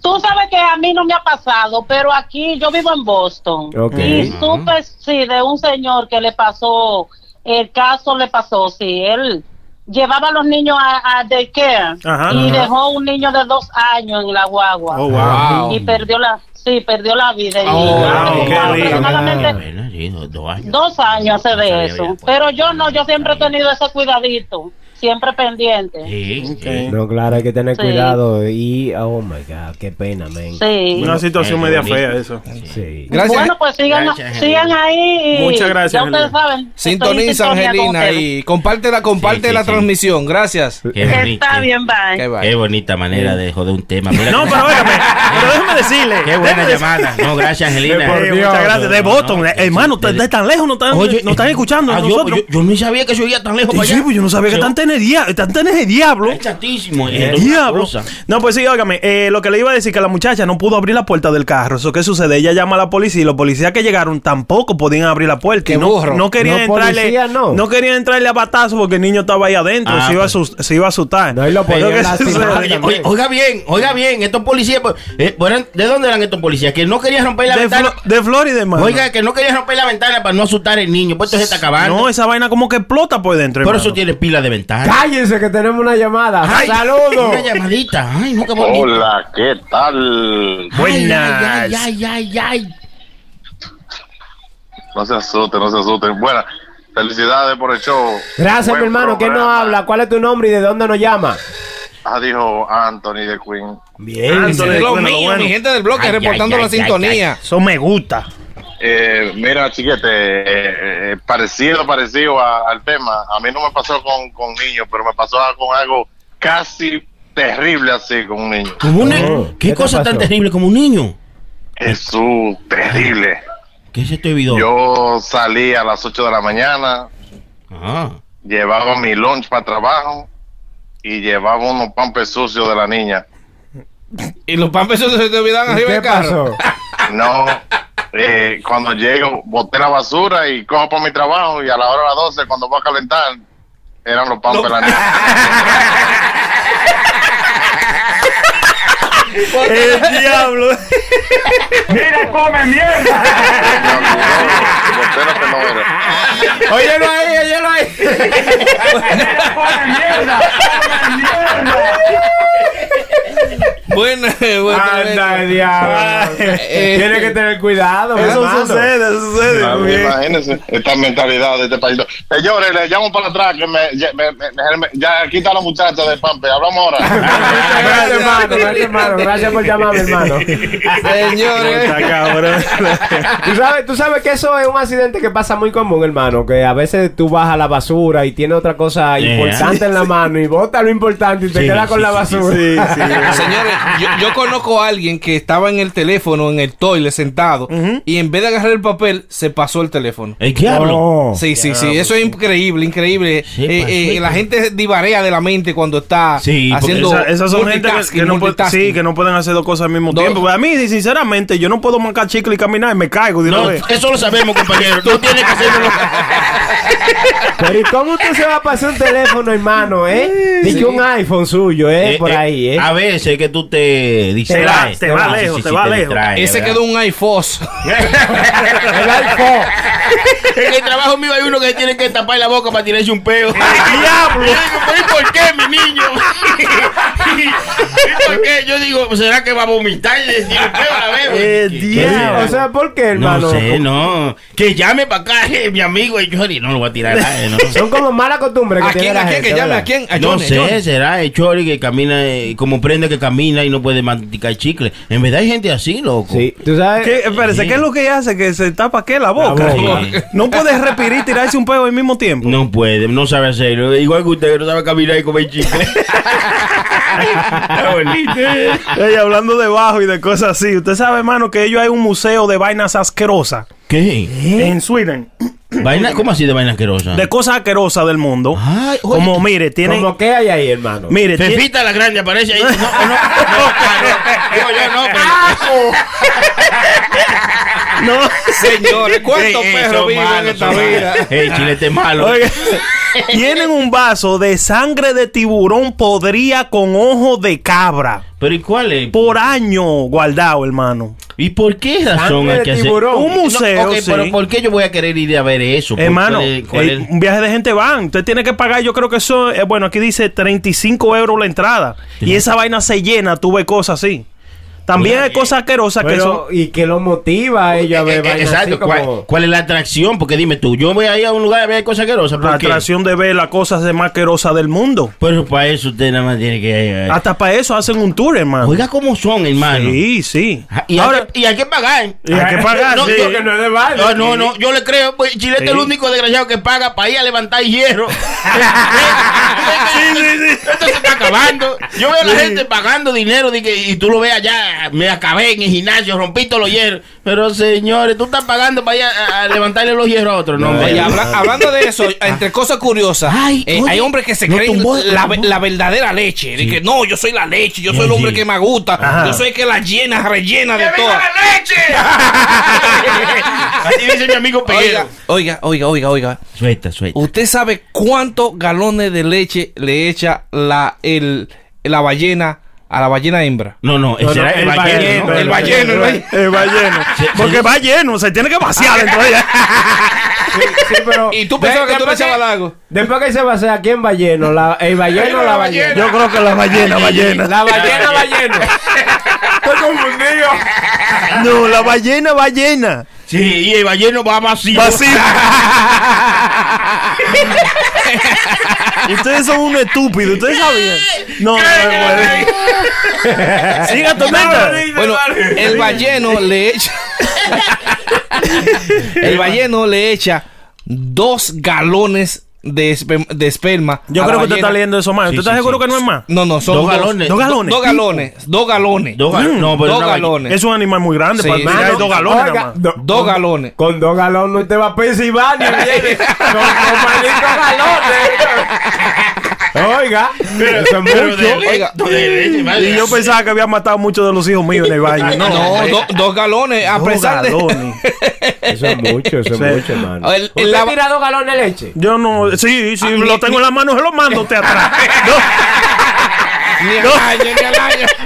S7: Tú sabes que a mí no me ha pasado, pero aquí yo vivo en Boston.
S5: Ok.
S7: Y supe, sí, de un señor que le pasó, el caso le pasó, sí, él llevaba a los niños a, a daycare
S4: Ajá.
S7: y
S4: Ajá.
S7: dejó un niño de dos años en la guagua.
S4: Oh,
S3: Wow.
S7: Y perdió la, sí, perdió la vida. el
S3: Oh,
S7: niño.
S4: wow, qué
S7: Hace como
S4: lindo.
S7: aproximadamente
S6: Bueno, sí, dos, dos años.
S7: Dos años hace
S6: Sabía
S7: de eso.
S6: bien, pues.
S7: Pero yo no, yo siempre he tenido ese cuidadito, siempre pendiente.
S6: Sí, sí.
S5: No, claro, hay que tener
S7: Sí.
S5: cuidado. Y, oh my God, qué pena, man.
S7: Sí.
S4: Una situación
S6: Eh,
S4: media
S6: bonito.
S4: fea eso.
S5: Sí.
S3: Gracias.
S7: Bueno, pues sigan,
S6: Gracias,
S7: sigan ahí. y
S4: Muchas gracias,
S7: Ya ustedes
S4: Angelina.
S7: saben. estoy en
S3: Sintoniza,
S7: sintonía con
S3: Angelina,
S7: ustedes.
S3: y compártela, comparte
S6: Sí, sí,
S3: la
S6: sí.
S3: transmisión. Gracias.
S6: Qué bonito.
S7: Está bien, bye.
S3: Qué
S6: Qué
S3: vaina.
S6: bonita manera de joder un tema. Mira
S4: No,
S6: cómo-
S4: pero óigame, pero déjame decirle.
S6: Qué
S4: déjame
S6: buena
S4: decir-
S6: llamada. No, gracias, Angelina.
S4: Eh, muchas gracias. De
S6: No,
S4: Boston,
S6: no,
S4: eh, hermano, ustedes
S6: de-
S4: tan lejos, no están, no están escuchando
S6: ah,
S4: a
S6: yo-
S4: nosotros.
S6: Yo, yo ni sabía que se oía tan lejos.
S4: Sí,
S6: para allá.
S4: pues yo no sabía que
S6: Se-
S4: están en el diablo. Están en el diablo.
S6: Es chatísimo. y
S4: Eh,
S6: entonces,
S4: diablo.
S6: cosa.
S4: No, pues sí, óigame, eh, lo que le iba a decir que la muchacha no pudo abrir la puerta del carro. Eso qué sucede, ella llama a la policía y los policías que llegaron tampoco podían abrir la puerta.
S3: Qué
S4: Y no,
S3: burro.
S4: no querían
S5: No,
S4: entrarle,
S5: policía, no.
S4: querían entrarle a batazo porque el niño estaba ahí adentro,
S6: Ah,
S4: se, iba a
S6: pues.
S4: asus- se iba a asustar.
S5: No, y lo
S4: Pero
S5: podían
S4: que
S5: lastimar
S4: sucede-
S6: Oye,
S5: también.
S6: oye, oiga bien, oiga bien, estos policías, pues, eh, eran- ¿de dónde eran estos policías? Que no querían romper la
S4: de,
S6: ventana.
S4: Flo- de Florida, hermano.
S6: Oiga, que no querían romper la ventana para no asustar al niño, pues esto se está acabando.
S4: no, esa vaina como que explota por dentro.
S6: Por
S4: hermano.
S6: eso tiene pila de ventana.
S5: Cállense que tenemos una llamada.
S6: Ay,
S5: ¡Saludos!
S6: Una llamadita. Ay, no, qué bonito.
S8: Hola, ¿qué tal?
S6: Ay,
S4: Buenas.
S6: Ay, ay, ay, ay.
S8: No se asusten, no se asusten. Buena, felicidades por el show.
S5: Gracias,
S8: Buen
S5: mi hermano. ¿Quién nos
S8: programa.
S5: habla? ¿Cuál es tu nombre y de dónde nos llama?
S8: Ah, dijo Anthony de Queen.
S5: Ah.
S4: Bien,
S3: Eso es lo mío, mi gente del bloque,
S6: Ay,
S3: reportando
S6: ay,
S3: la
S6: ay,
S3: sintonía.
S4: Eso me gusta.
S8: Eh, mira, chiquete, eh, eh, parecido, parecido a- al tema. A mí no me pasó con, con niños, pero me pasó con algo casi terrible así con un niño.
S6: Como un-
S5: Oh,
S6: ¿Qué,
S5: ¿qué te
S6: cosa tan
S5: pasó?
S6: terrible como un niño?
S8: Jesús, terrible.
S6: ¿Qué este se te olvidó?
S8: Yo salí a las 8 de la mañana,
S6: Ah.
S8: llevaba mi lunch para trabajo y llevaba unos pampes sucios de la niña.
S3: Y los pampesos se te olvidan arriba
S5: ¿Qué
S3: del carro.
S5: pasó? Eh,
S8: No, eh, cuando llego, boté la basura y cojo para mi trabajo y a la hora de las 12, cuando voy a calentar, eran los pampers de la niña.
S4: El diablo.
S8: Boté lo que no era.
S3: Óyelo ahí, óyelo ahí. Bueno, eh, bueno.
S5: Anda, el diablo.
S3: Eh,
S5: Tiene que tener cuidado, hermano.
S4: Eso sucede, eso sucede.
S8: Claro,
S4: bien.
S8: Imagínense esta mentalidad de este país. Señores, le llamo para atrás que me, ya- me- me- me- ya quita a la muchacha de pampe. Hablamos ahora.
S5: Gracias,
S3: Gracias.
S5: hermano. Gracias, hermano. Gracias por llamarme, hermano.
S4: Está
S3: Señores.
S4: cabrón.
S5: ¿Tú sabes, tú sabes que eso es un accidente que pasa muy común, hermano. Que a veces tú vas a la basura y tiene otra cosa
S6: Yeah.
S5: importante en la mano y bota lo importante y te
S6: Sí,
S5: queda con
S6: sí,
S5: la
S6: sí, sí,
S5: basura.
S4: Sí, sí.
S3: Señores, yo, yo conozco a alguien que estaba en el teléfono, en el toile, sentado, y en vez de agarrar el papel, se pasó el teléfono.
S6: El diablo.
S3: Sí, sí, sí, eso es increíble, increíble.
S6: oh. Sí,
S3: Eh,
S6: pues,
S3: eh,
S6: sí,
S3: la gente divarea de la mente cuando está
S6: Sí, porque
S3: haciendo.
S4: Esa- esas son gente que-
S3: multitasking,
S4: que, no pueden,
S3: multitasking.
S4: sí, que no pueden hacer dos cosas al mismo
S3: Dos.
S4: tiempo. Pues a mí, sinceramente, yo no puedo mancar chicle y caminar y me caigo de una
S6: No,
S4: vez.
S6: eso lo sabemos, compañero. Tú tienes que hacerlo.
S5: Pero ¿y cómo usted se va a pasar un teléfono, hermano, eh? Dice un iPhone suyo, eh,
S6: Eh,
S5: por
S6: eh,
S5: ahí, eh.
S6: A veces que tú te distraes.
S4: te va
S6: Ah, sí,
S4: lejos,
S6: sí,
S4: te
S6: sí,
S4: va lejos.
S6: distraes,
S3: Ese
S6: ¿verdad?
S3: quedó un iPhone.
S5: El iPhone.
S6: En el trabajo mío hay uno que tiene que tapar la boca para tirarse un peo.
S4: ¡Diablo!
S6: Y yo digo, "¿Pero y por qué, mi niño? ¿Y por qué? Yo digo, "Pues, ¿será que va a vomitar? Y le digo, "Pero la veo".
S4: Eh,
S6: ¿Qué-
S4: diablo.
S5: O sea, ¿por qué,
S6: No
S5: hermano?
S6: sé, no. Que llame para acá eh, mi amigo y Chori. No lo voy a tirar. eh, no, sé.
S5: Son como mala costumbre que
S3: ¿A
S5: tiene
S3: quién?
S5: la
S3: ¿A quién?
S5: gente,
S3: Que llame
S5: ¿verdad?
S3: a quién? A
S6: No
S3: Ah, Johnny,
S6: sé,
S3: Johnny.
S6: será el Chori que camina, eh, como prende que camina y no puede masticar chicle. En verdad hay gente así, loco.
S5: Sí, tú sabes.
S4: ¿Qué, espérese, ¿qué es lo que hace? ¿Que se tapa qué? La boca.
S6: boca.
S4: Sí. No puedes respirar y tirarse un peo al mismo tiempo.
S6: No puede, no sabe hacerlo. Igual que usted que no sabe caminar y comer chicle. Está bonito.
S4: Ey, hablando de bajo y de cosas así. Usted sabe, hermano, que ellos hay un museo de vainas asquerosas
S6: ¿Qué?
S4: en Sweden.
S6: ¿Vaina? ¿Cómo así de vaina asquerosa?
S4: De cosas asquerosas del mundo.
S6: Ay, oye.
S4: como, mire, tienen...
S5: ¿Cómo qué hay ahí, hermano?
S4: Mire, tiene-
S6: Fefita la grande aparece ahí. No, no, no, no. Digo yo, no, pero.
S4: no.
S3: Señores, ¿cuántos
S6: Ey, ey,
S3: perros
S6: son
S3: viven en
S6: malos,
S3: esta
S6: son
S3: vida?
S6: malos. Ey, chilete malo.
S4: Oiga, tienen un vaso de sangre de tiburón podría con ojo de cabra.
S6: Pero ¿y cuál es?
S4: Por año guardado, hermano.
S6: ¿Y por qué razón hay
S5: Sangre
S6: que
S5: de
S6: hacer?
S5: tiburón.
S4: Un museo,
S6: No, ok,
S4: sí.
S6: pero ¿por qué yo voy a querer ir a ver eso? ¿Por
S4: Hermano,
S6: cuál es- cuál
S4: eh,
S6: es?
S4: un viaje de gente van. Usted tiene que pagar, yo creo que eso, eh, bueno, aquí dice 35 euros la entrada. Y esa vaina se llena, tú ves cosas así. También hay cosas asquerosas que son...
S5: Pero, ¿y qué lo motiva a ellos
S6: Eh,
S5: a
S6: eh,
S5: ver vainas así
S6: Exacto, ¿cuál,
S5: como-
S6: cuál es la atracción? Porque dime tú, yo voy a ir a un lugar a ver cosas asquerosas. ¿por
S4: La
S6: qué?
S4: atracción de ver las cosas de más asquerosas del mundo.
S6: Pero para eso usted nada más tiene que. eh,
S4: Hasta para eso hacen un tour, hermano.
S6: Oiga, ¿cómo son, hermano?
S4: Ah, sí, sí.
S6: Ah, Y,
S4: Ahora,
S6: hay que, y hay que pagar.
S4: Y hay que pagar,
S6: No,
S4: sí.
S6: yo-
S5: Que no es de baile.
S6: No, no, no, yo le creo, pues Chilete es el único desgraciado que paga para ir a levantar hierro. Esto se está acabando. Yo veo a la gente pagando dinero de que- y tú lo ves allá, me acabé en el gimnasio, rompí todos los hierros. Pero señores, tú estás pagando para ir a, a levantarle los hierros a otros, no, hombre.
S3: Oye, habla- hablando de eso, entre cosas curiosas,
S6: Ay,
S3: eh,
S6: oye,
S3: hay hombres que se
S6: no
S3: creen
S6: tumbó,
S3: la,
S6: tumbó.
S3: la verdadera leche. De que no, yo soy la leche, yo soy el hombre
S6: sí.
S3: que me gusta,
S4: Ajá.
S3: yo soy el que la llena, rellena de todo.
S6: Así dice mi amigo
S3: Oiga,
S6: Peguero.
S3: oiga, oiga, oiga, oiga.
S6: Suelta, suelta.
S3: ¿Usted sabe cuántos galones de leche le echa la, el, la ballena a la ballena hembra?
S6: No, no, ese era el balleno. ¿no?
S3: el balleno, el balleno.
S4: El balleno. Porque va lleno, se tiene que vaciar entonces.
S5: Sí, pero-
S3: ¿Y tú pensabas
S5: de-
S3: que tú le
S6: pues,
S5: después
S6: eh,
S3: echabas algo?
S5: Después que se va a hacer aquí en Balleno, la, el Balleno o la Ballena.
S4: Yo creo que la ballena, ballena.
S5: La Ballena, Balleno. Estoy confundido.
S4: no, la ballena, ballena.
S6: Sí, y el balleno va vacío.
S4: Vacío. Ustedes son unos estúpidos, ustedes sabían. No, no, no. Siga tormenta.
S3: Bueno, el balleno le echa. el balleno le echa dos galones de, espe- de esperma.
S4: Yo
S3: a
S4: creo
S3: la
S4: que usted
S3: ballena.
S4: está leyendo eso más. ¿Usted está
S6: sí,
S4: seguro
S6: sí.
S4: que no es más?
S3: No, no, son
S6: Dos galones.
S3: Dos
S4: Dos galones.
S3: galones. Mm. Dos galones. Dos galones.
S6: Dos ga- no, pero
S3: dos
S6: una ballena.
S3: galones.
S4: Es un animal muy grande.
S3: Sí.
S4: para tirar
S3: Mano,
S4: dos galones
S5: oiga,
S4: nada más.
S5: do-
S3: Dos galones.
S5: Con dos galones usted va a Pensilvania, viene. Con con malditos galones. Oiga, eso es
S6: Pero de
S5: mucho.
S6: leche,
S3: Oiga.
S6: de leche, vale.
S4: Y yo pensaba que había matado muchos de los hijos míos en el baño. No,
S3: Ah, No, do-
S6: eh.
S3: dos galones. A
S4: Dos
S3: pesar de.
S4: galones.
S5: Eso es mucho, eso es
S4: Sí.
S5: mucho, hermano.
S3: El- el
S5: ¿Usted
S3: lava-
S5: tira dos galones de leche?
S4: Yo no, sí, sí, lo tengo en la mano, se lo mando usted atrás.
S3: Ni al año, ni al año.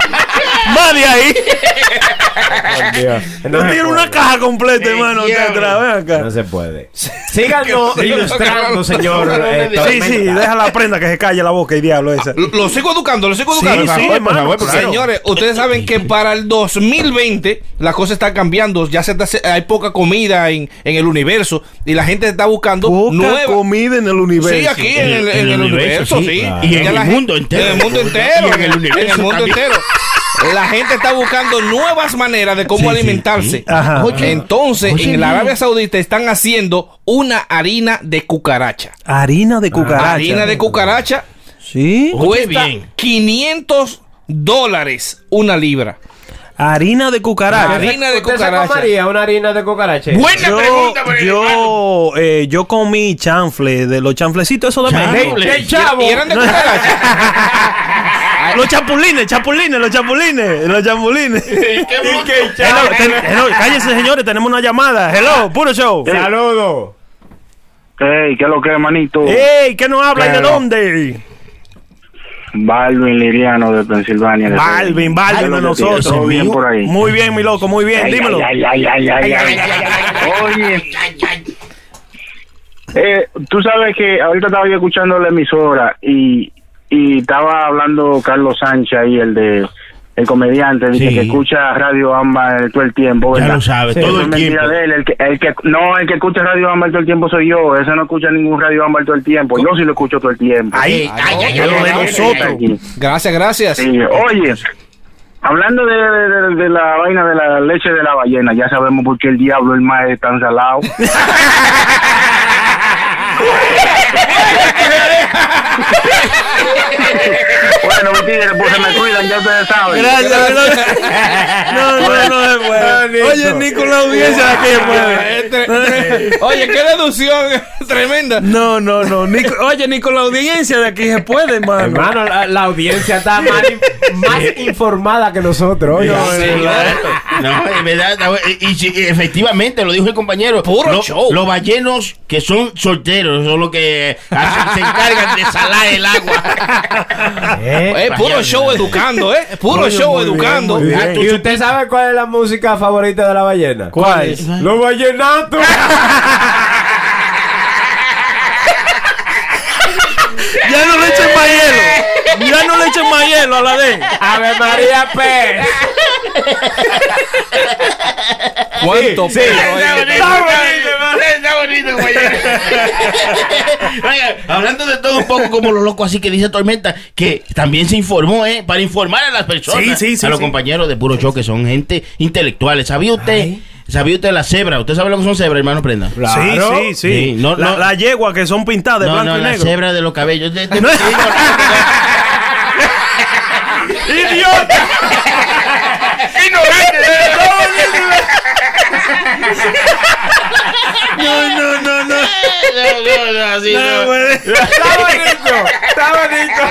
S4: No, más de ahí.
S5: Por Dios.
S4: Yo
S5: se
S4: tiro una
S5: puede.
S4: caja completa, hermano, usted atrás. Ven
S5: No
S4: acá.
S5: se puede. Síganos
S3: Sí,
S5: ilustrando,
S3: dos
S5: señor.
S6: galones de
S5: eh,
S6: leche.
S4: Sí, sí,
S5: Tormenta.
S4: deja la prenda que se calle la boca y diablo esa.
S3: Lo, lo sigo educando, lo sigo
S4: Sí,
S3: educando. pues,
S4: sí, hermano, claro.
S3: Señores, ustedes saben que para el 2020 la cosa está cambiando. Ya se está- se- hay poca comida en, en el universo y la gente está buscando
S4: Poca
S3: nueva.
S4: comida en el
S3: Sí,
S4: universo.
S3: aquí en el, en el universo, sí.
S6: claro. Y en
S3: Ya
S6: el
S3: la
S6: mundo entero.
S3: En el mundo entero.
S6: Y en el universo
S3: en el mundo
S6: también.
S3: entero. La gente está buscando nuevas maneras de cómo alimentarse.
S4: Ajá.
S3: Oye, Entonces, en la Arabia Saudita están haciendo una harina de cucaracha.
S4: Harina de cucaracha.
S3: Ah, Harina de cucaracha
S4: Sí.
S6: Oye,
S3: cuesta
S6: bien.
S3: 500 dólares una libra.
S4: Harina de cucaracha.
S3: Harina de
S5: ¿Usted se
S3: cucaracha.
S5: comería una harina de cucaracha?
S6: Buena
S4: Yo,
S6: pregunta,
S3: pues,
S6: pero
S4: yo, eh, yo comí chanfle, de los chanflecitos, eso de
S6: Chanfle.
S4: México.
S5: ¡Qué chavo!
S3: Y eran de cucaracha.
S4: Los chapulines, chapulines, los chapulines, los chapulines.
S6: ¿Y qué
S4: Hello, ten- hello, cállense señores, tenemos una llamada. Hello, puro show.
S5: ¡Saludos!
S9: Ey, ¿qué es lo que es, manito?
S2: Eh.
S4: ¡Ey! ¿Qué nos habla y de
S9: Claro.
S4: dónde?
S9: Balvin Liriano de Pensilvania.
S4: Balvin, Balvin de nosotros.
S9: Todo bien por ahí.
S4: Muy bien, mi loco, muy bien.
S9: Ay,
S4: Dímelo.
S9: ay, ay, ay, ay, ay, ay. Oye, eh, tú sabes que ahorita estaba yo escuchando la emisora y y estaba hablando Carlos Sánchez ahí, el de el comediante, dice
S6: Sí.
S9: que escucha Radio Ámbar todo el tiempo,
S6: Ya
S9: ¿verdad?
S6: lo sabes,
S4: Sí.
S6: todo
S9: Eso es
S6: el
S9: mentira
S6: tiempo.
S9: de él, el que, el que- no, el que escucha Radio Ámbar todo el tiempo soy yo, ese no escucha ningún Radio Ámbar todo el tiempo, yo sí lo escucho todo el tiempo.
S6: Ahí, ay, ay, ay, ay, ay, ay.
S3: Gracias, gracias.
S9: Sí, oye, hablando de, de- de la vaina de la leche de la ballena, ya sabemos por qué el diablo el mar es tan salado. bueno, mi tigre, pues se me cuidan, ya ustedes saben.
S4: No, no, no es bueno. Oye, Nico, la audiencia de aquí es buena.
S3: Eh, tre- tre- Oye, qué deducción tremenda.
S4: No, no, no. Nico- oye, Nico, la audiencia de aquí se puede, hermano.
S5: Hermano, la, la audiencia está más, más informada que nosotros. oye.
S6: Sí, claro.
S3: Eh,
S6: No, es verdad. no, y- Y, sí, efectivamente, lo dijo el compañero.
S3: Puro
S6: Lo-
S3: show.
S6: Los ballenos que son solteros son los que hacen- se encargan de salar el agua.
S5: ¿Eh?
S3: Eh, puro show educando, ¿eh? Puro
S4: Oye,
S3: show
S4: muy bien,
S3: educando.
S4: muy bien.
S3: Ah, tú-
S5: ¿Y usted sabe cuál es la música favorita de la ballena?
S4: ¿Cuál?
S5: ¡Los vallenatos!
S4: Ya no le echen más hielo. Ya no le echen más hielo a la de.
S5: ¡Ave María pues. Pérez!
S3: ¿Cuánto
S5: Sí,
S3: perro
S6: Está
S3: hay?
S6: bonito, está bonito, compañero. Oiga, hablando de todo un poco como lo loco así que dice Tormenta, que también se informó, ¿eh? Para informar a las personas,
S4: Sí, sí, sí,
S6: a los
S4: sí.
S6: compañeros de Puro Show, que son gente intelectual. ¿Sabía usted? ¿Sabía usted la cebra? ¿Usted sabe lo que son cebras, hermano Prenda?
S5: Claro.
S4: Sí, sí, sí.
S6: Sí, no,
S4: la,
S6: no.
S4: la yegua que son pintadas de
S6: no,
S4: blanco
S6: no,
S4: y
S6: la
S4: negro.
S6: cebra de los cabellos. De- de-
S4: No.
S6: ¡Idiota! ¡Ignorante!
S4: No, no, no, no.
S6: No, no, no, así no.
S4: No, güey.
S5: ¡Está bonito! ¡Está bonito!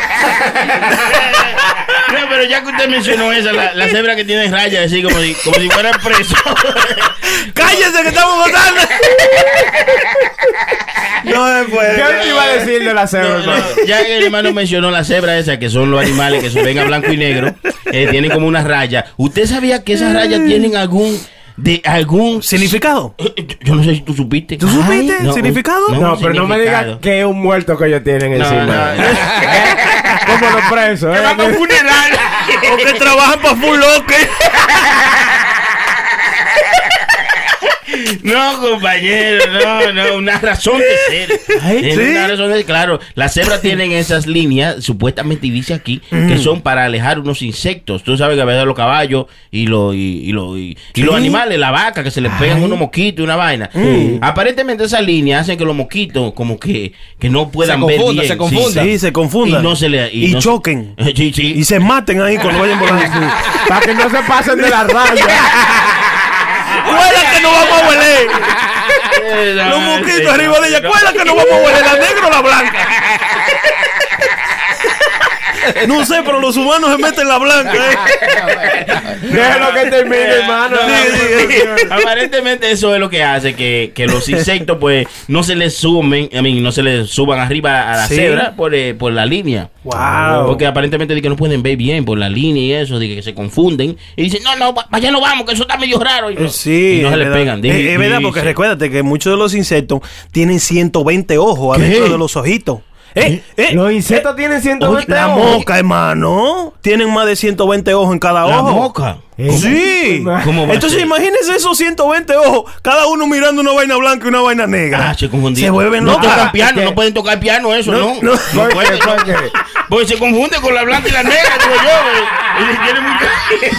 S6: No, pero ya que usted mencionó esa, la, la cebra que tiene rayas, así como si, como si fuera preso.
S4: Cállese que estamos votando. No es
S5: ¿Qué
S4: bueno.
S5: te iba a decir de la cebra,
S6: No,
S5: hermano?
S6: no, ya que el hermano mencionó la cebra esa, que son los animales que se ven a blanco y negro, eh, tienen como una raya. ¿Usted sabía que esas rayas tienen algún... de algún... Eh,
S4: ¿Significado?
S6: Yo no sé si tú supiste.
S4: ¿Tú supiste el
S6: no,
S4: significado?
S6: no,
S5: No, pero no me digas
S6: significado.
S5: que es un muerto que ellos tienen
S6: No,
S5: encima. ¿Eh?
S6: no, no.
S5: Como los presos, ¿eh?
S4: ¿O que trabajan para Full Locker?
S6: No, compañero, no, no, una razón de ser.
S4: Ay,
S6: Es
S4: ¿sí?
S6: Una razón de ser, claro. Las cebras tienen esas líneas, supuestamente y dice aquí,
S4: Mm.
S6: que son para alejar unos insectos. Tú sabes que a veces los caballos y, los y, y los- y- y los animales, la vaca, que se les pegan unos mosquitos y una vaina. Aparentemente esas líneas hacen que los mosquitos como que, que no puedan ver
S3: confundan,
S6: bien.
S3: se confundan.
S4: Sí, se confundan.
S6: Y no se le...
S4: Y
S6: no se- Eh,
S4: choquen.
S6: Sí, sí.
S4: Y se maten ahí cuando vayan volando.
S5: Para que no se pasen de la raya.
S4: ¡Cuela que no vamos a hueler! Los mosquitos arriba de ella. ¡Cuela que no vamos a hueler! ¿La negra o la blanca? No sé, pero los humanos se meten la blanca, ¿eh?
S5: Déjalo que termine, hermano.
S6: No,
S5: la
S6: no,
S5: conversación.
S6: no. Aparentemente eso es lo que hace que, que los insectos pues no se les sumen, a mí no se les suban arriba a la
S4: Sí.
S6: cebra por, eh, por la línea.
S4: Wow.
S6: Porque aparentemente de que no pueden ver bien por la línea y eso, de que se confunden y dicen, "No, no, pa- allá no vamos, que eso está medio raro." Y no,
S4: Eh, Sí,
S6: y no se
S4: es
S6: les
S4: verdad.
S6: pegan.
S4: Eh,
S6: Dice-
S4: es verdad, porque
S6: dice-
S4: recuérdate que muchos de los insectos tienen 120 ojos
S6: ¿Qué?
S4: adentro de los ojitos. Eh, eh,
S5: Los insectos tienen
S4: oye,
S5: 120
S4: la
S5: ojos.
S4: mosca, hermano. Tienen más de 120 ojos en cada
S6: la
S4: ojo.
S6: boca.
S5: Eh,
S4: Sí.
S6: ¿Cómo va a
S4: Entonces
S6: ser?
S4: imagínense esos 120 ojos, cada uno mirando una vaina blanca y una vaina negra.
S6: Ah, se confundieron.
S4: vuelven
S6: No
S4: locas.
S6: tocan piano,
S5: ¿qué?
S6: no pueden tocar piano eso,
S4: No,
S6: no.
S4: no.
S6: No
S5: ¿Por
S6: pueden.
S5: qué? ¿Por qué?
S6: Porque se confunde con la blanca y la negra, digo yo. güey. Y tiene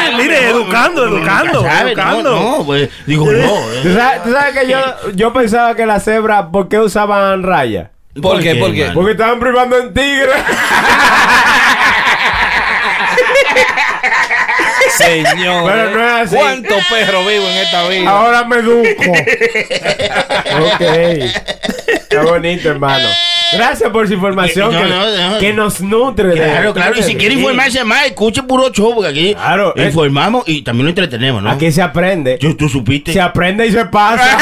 S6: mucho-
S4: Mire, mire, educando, educando,
S6: ¿Sabe? No,
S4: educando.
S6: No, pues, digo, no.
S5: ¿Tú
S6: eh.
S5: sabes, tú sabes que yo, yo pensaba que las cebras, ¿por qué usaban raya?
S3: ¿Por qué? ¿Por qué?
S6: hermano?
S5: Porque estaban privando en tigre.
S3: Señor.
S5: Pero no es así.
S3: ¿Cuánto perro vivo en esta vida?
S5: Ahora me educo. ok. Está bonito, hermano. Gracias por su información
S6: No,
S5: que,
S6: no, no.
S5: que nos nutre. de-
S6: Claro, claro. Y si quiere
S5: Sí.
S6: informarse más, escuche puro show, porque aquí
S5: Claro, eh.
S6: informamos y también lo entretenemos, ¿no?
S5: Aquí se aprende.
S6: Yo- tú supiste.
S5: Se aprende y se pasa.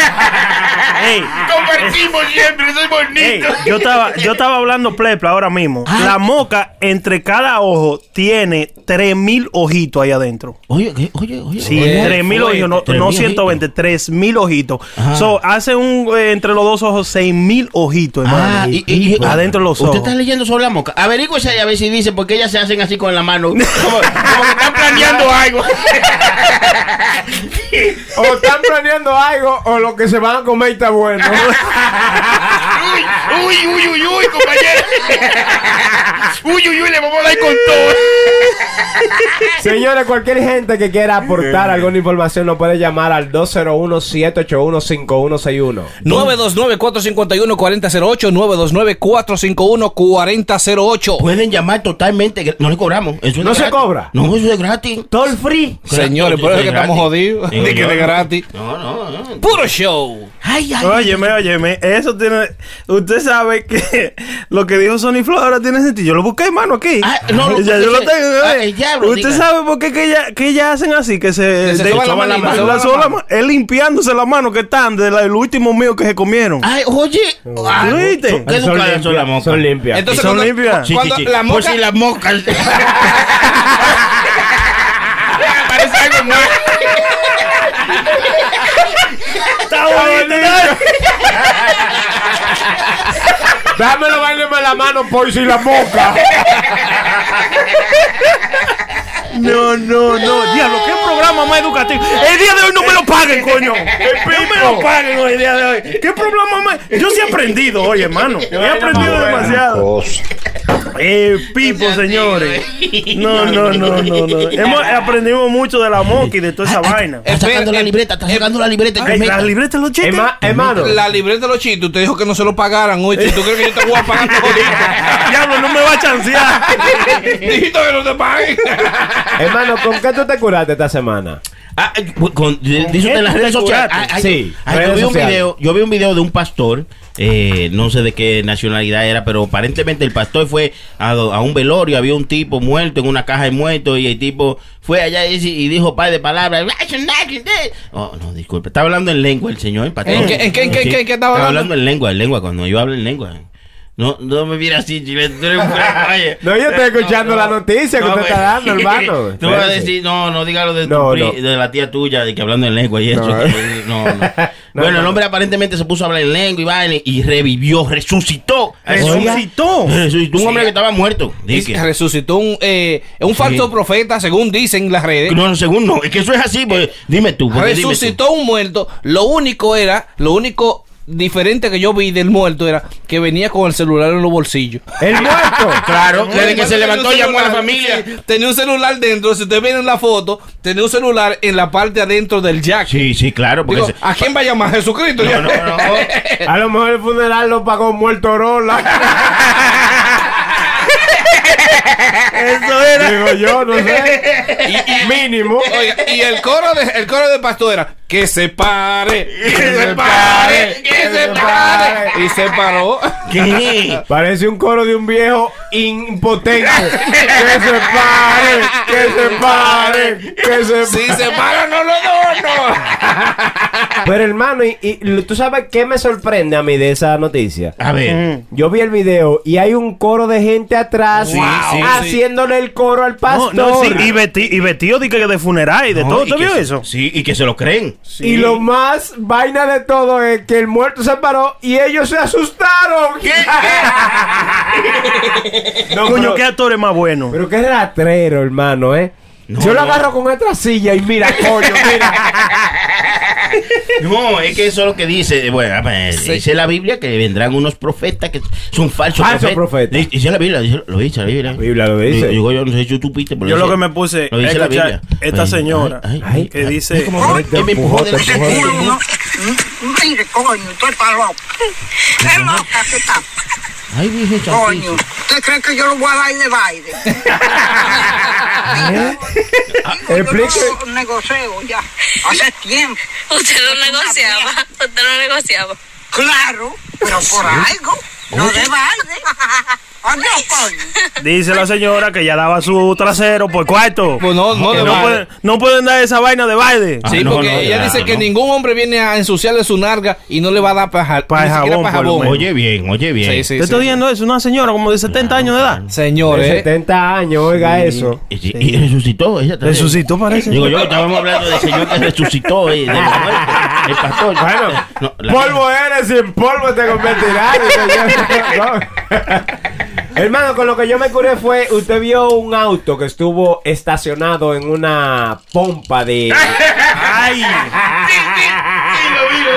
S4: Ey,
S1: partimos siempre, soy bonito.
S4: Ey, yo estaba, yo estaba hablando plepla ahora mismo.
S6: Ah.
S4: La moca entre cada ojo tiene 3000 ojitos ahí adentro.
S6: Oye, ¿qué? oye, oye.
S4: Sí,
S6: oye.
S4: 3000 ojitos, no,
S6: Tres
S4: no
S6: mil
S4: 120, 3000 ojitos.
S6: Ajá.
S4: So, hace un eh, entre los dos ojos 6000 ojitos, hermano.
S6: Ah, y, y- y-
S4: adentro de los ojos.
S6: Usted está leyendo sobre la moca. Averígüese ahí a ver si dice porque ellas se hacen así con la mano. Como, como que están planeando algo.
S5: O están planeando algo o lo que se van a comer está bueno.
S1: Uy, uy, uy, uy, compañero. Uy, uy, uy, le vamos a dar con todo.
S5: Señores, cualquier gente que quiera aportar alguna información nos puede llamar al 201-781-5161.
S3: 929-451-4008, 929-451-4008.
S6: Pueden llamar totalmente. gr- No le cobramos. Eso es
S5: ¿No se
S6: gratis.
S5: cobra?
S6: No, eso es gratis.
S5: Toll free.
S3: Señores, por eso es que
S6: Gratis.
S3: estamos jodidos.
S6: Digo
S3: De que
S6: yo.
S3: de gratis.
S6: No, no, no.
S3: Puro show.
S6: Ay, ay.
S4: Óyeme, óyeme, eso tiene. Usted sabe que lo que dijo Sony Flow ahora tiene sentido. Yo lo busqué, hermano, aquí.
S6: Ah, no, no,
S4: ya yo lo
S6: escuché.
S4: tengo.
S6: Ah,
S4: eh.
S6: el diablo,
S4: usted
S6: diga.
S4: sabe por qué que ella, que ellas hacen así, que se.
S3: se soban la manita, se soban
S4: la
S3: la
S4: soban la
S3: mano.
S4: mano. Es limpiándose la mano que están del último mío que se comieron.
S6: Ay, oye. Ah,
S4: ¿Viste?
S6: son- ¿Qué educadas son las mocas?
S5: Son limpias.
S3: Entonces,
S4: son
S3: cuando,
S4: limpias.
S6: Sí,
S3: cuando
S6: sí, sí.
S3: la
S6: Por
S3: moca,
S6: si las mocas.
S1: Parece algo más.
S4: Está bonito, ¿no?
S5: Dámelo, báileme la mano, por si la boca.
S4: No, no, no. Diablo, qué programa más educativo. El día de hoy no me lo paguen, coño. No me lo paguen hoy, el día de hoy. Qué programa más. Yo sí he aprendido hoy, hermano. He aprendido demasiado. Eh, pipo, señores. No, no, no, no, no. Hemos aprendimos mucho de la moca y de toda esa vaina.
S6: Está sacando la libreta, está sacando la libreta.
S4: Ay,
S6: Meta.
S4: las libretas los chistes.
S5: Herma- hermano,
S3: la libreta de los chistes, usted dijo que no se lo pagaran hoy. ¿Tú crees que yo te voy a pagar ahorita?
S4: Diablo, no me va a chancear.
S3: Dijiste que no te paguen.
S5: hermano, ¿con qué tú te curaste esta semana?
S6: Ah, eh, con- de- dice usted en las
S4: gente
S6: redes sociales.
S4: curate.
S6: Ay, ay,
S5: Sí,
S6: ay, yo,
S5: redes
S6: vi un
S5: sociales.
S6: video, yo vi un video de un pastor, eh, no sé de qué nacionalidad era, pero aparentemente el pastor fue a, do- a un velorio, había un tipo muerto en una caja de muertos y el tipo fue allá y, dice- y dijo par de palabras. Oh, no, disculpe, estaba hablando en lengua el señor. el pastor.
S3: ¿En qué- en qué- en qué-
S6: Sí,
S3: en qué- en qué estaba hablando?
S6: en lengua, en lengua, cuando yo hablo en lengua. No, no me mira así, chile. tú eres un franco, oye.
S5: No, yo estoy escuchando la noticia que usted
S6: me-
S5: está dando, hermano.
S6: Tú vas a
S5: Espérese.
S6: decir, no, no diga lo de, tu
S5: No,
S6: pri-
S5: no.
S6: de la tía tuya, de que hablando en lengua y eso.
S5: No.
S6: que- No, no.
S5: No,
S6: bueno, el
S5: no.
S6: hombre aparentemente se puso a hablar en lengua y vaina y revivió, resucitó.
S4: Resucitó.
S6: Resucitó un hombre que estaba muerto. Dice que-
S3: Resucitó un, eh, un falso profeta, según dicen las redes.
S6: No, no, según no. Es que eso es así, pues. Dime tú. porque dime tú.
S3: Resucitó un muerto. Lo único era, lo único diferente que yo vi del muerto era que venía con el celular en los bolsillos.
S5: El muerto.
S3: Ah,
S6: Claro, desde que se
S3: Tenía
S6: levantó
S3: un
S6: llamó a la
S3: celular,
S6: familia.
S3: sí, tenía un celular dentro. Si usted ven en la foto, tenía un celular en la parte adentro del jack.
S6: Sí, sí, claro. Porque
S3: Digo, ah, ¿A
S6: se-
S3: quién va a llamar? Jesucristo.
S6: No,
S3: Ya.
S6: no, no.
S5: A lo mejor el funeral lo pagó muerto Rola.
S4: Eso era.
S5: Digo yo, no sé. Mínimo.
S3: Oiga, y el coro de el coro de pastor era que se pare, que se pare, que se pare. Y se paró.
S6: ¿Qué?
S5: Parece un coro de un viejo impotente. que se pare, que se pare, que se
S3: Si
S5: pare.
S3: se para, no lo dono.
S5: Pero hermano, y, y tú sabes qué me sorprende a mí de esa noticia.
S6: A ver.
S5: Yo vi el video y hay un coro de gente atrás
S6: Sí, sí,
S5: haciéndole el coro al
S4: No,
S5: pastor.
S4: no, sí, y, veti- y vestido de, que de funeral y de
S6: No,
S4: todo.
S6: y
S4: ¿Usted
S6: que
S4: vio
S6: se-
S4: eso?
S6: Sí, y que se lo creen.
S5: Y lo más vaina de todo es que el muerto se paró y ellos se asustaron. no,
S4: Coño,
S5: pero,
S4: qué actor es más bueno.
S5: pero qué ratrero, hermano, ¿eh?
S6: No,
S5: Yo lo
S6: no.
S5: agarro con otra silla y mira, coño, mira.
S6: No, es que eso es lo que dice. Bueno, pues, dice la Biblia que vendrán unos profetas que son falsos
S5: Falsos profetas.
S6: Dice- Dice la Biblia, dice- lo dice la Biblia. La
S5: Biblia lo dice.
S6: Digo, yo no sé si tú supiste, pero
S4: Yo
S6: dice-
S4: lo que me puse
S6: Lo dice
S4: es
S6: la
S4: escuchar
S6: Biblia.
S4: esta
S6: Ay,
S4: señora
S6: ay, ay,
S4: que dice.
S6: que me empujó de la-
S9: coño, estoy palo. Es loca que está,
S6: Ay, Virgen
S9: coño.
S6: Santísima.
S9: ¿Usted cree que yo lo voy a dar de baile?
S5: Explique.
S9: Yo no negocio ya, hace tiempo.
S10: Usted lo negociaba, usted lo negociaba.
S9: Claro, pero por algo, no de baile.
S4: Dice la señora que ya daba su trasero por cuarto. Pues
S3: no,
S4: no,
S3: no de baile. Ah,
S4: pueden, no pueden dar esa vaina de baile.
S3: Sí, porque ella dice que ningún hombre viene a ensuciarle su narga y no le va a dar paja,
S4: Pa'
S3: ni siquiera
S4: jabón,
S3: pa'
S4: por lo
S3: jabón.
S4: menos.
S6: Oye bien, oye bien.
S3: Sí, sí,
S4: Te estoy
S3: sí.
S4: diciendo eso, una señora como de 70 años de edad.
S5: De
S3: Señores,
S5: 70 años, oiga eso.
S6: Y, y- y resucitó. Ella también.
S4: Resucitó, parece.
S6: Digo yo, estábamos hablando del señor que resucitó. eh, de la muerte, el pastor.
S5: Bueno,
S6: No, la-
S5: polvo eres y en polvo te convertirás. señor. No. Hermano, con lo que yo me curé fue, usted vio un auto que estuvo estacionado en una pompa de...
S4: ¡Ay!
S1: lo vi, lo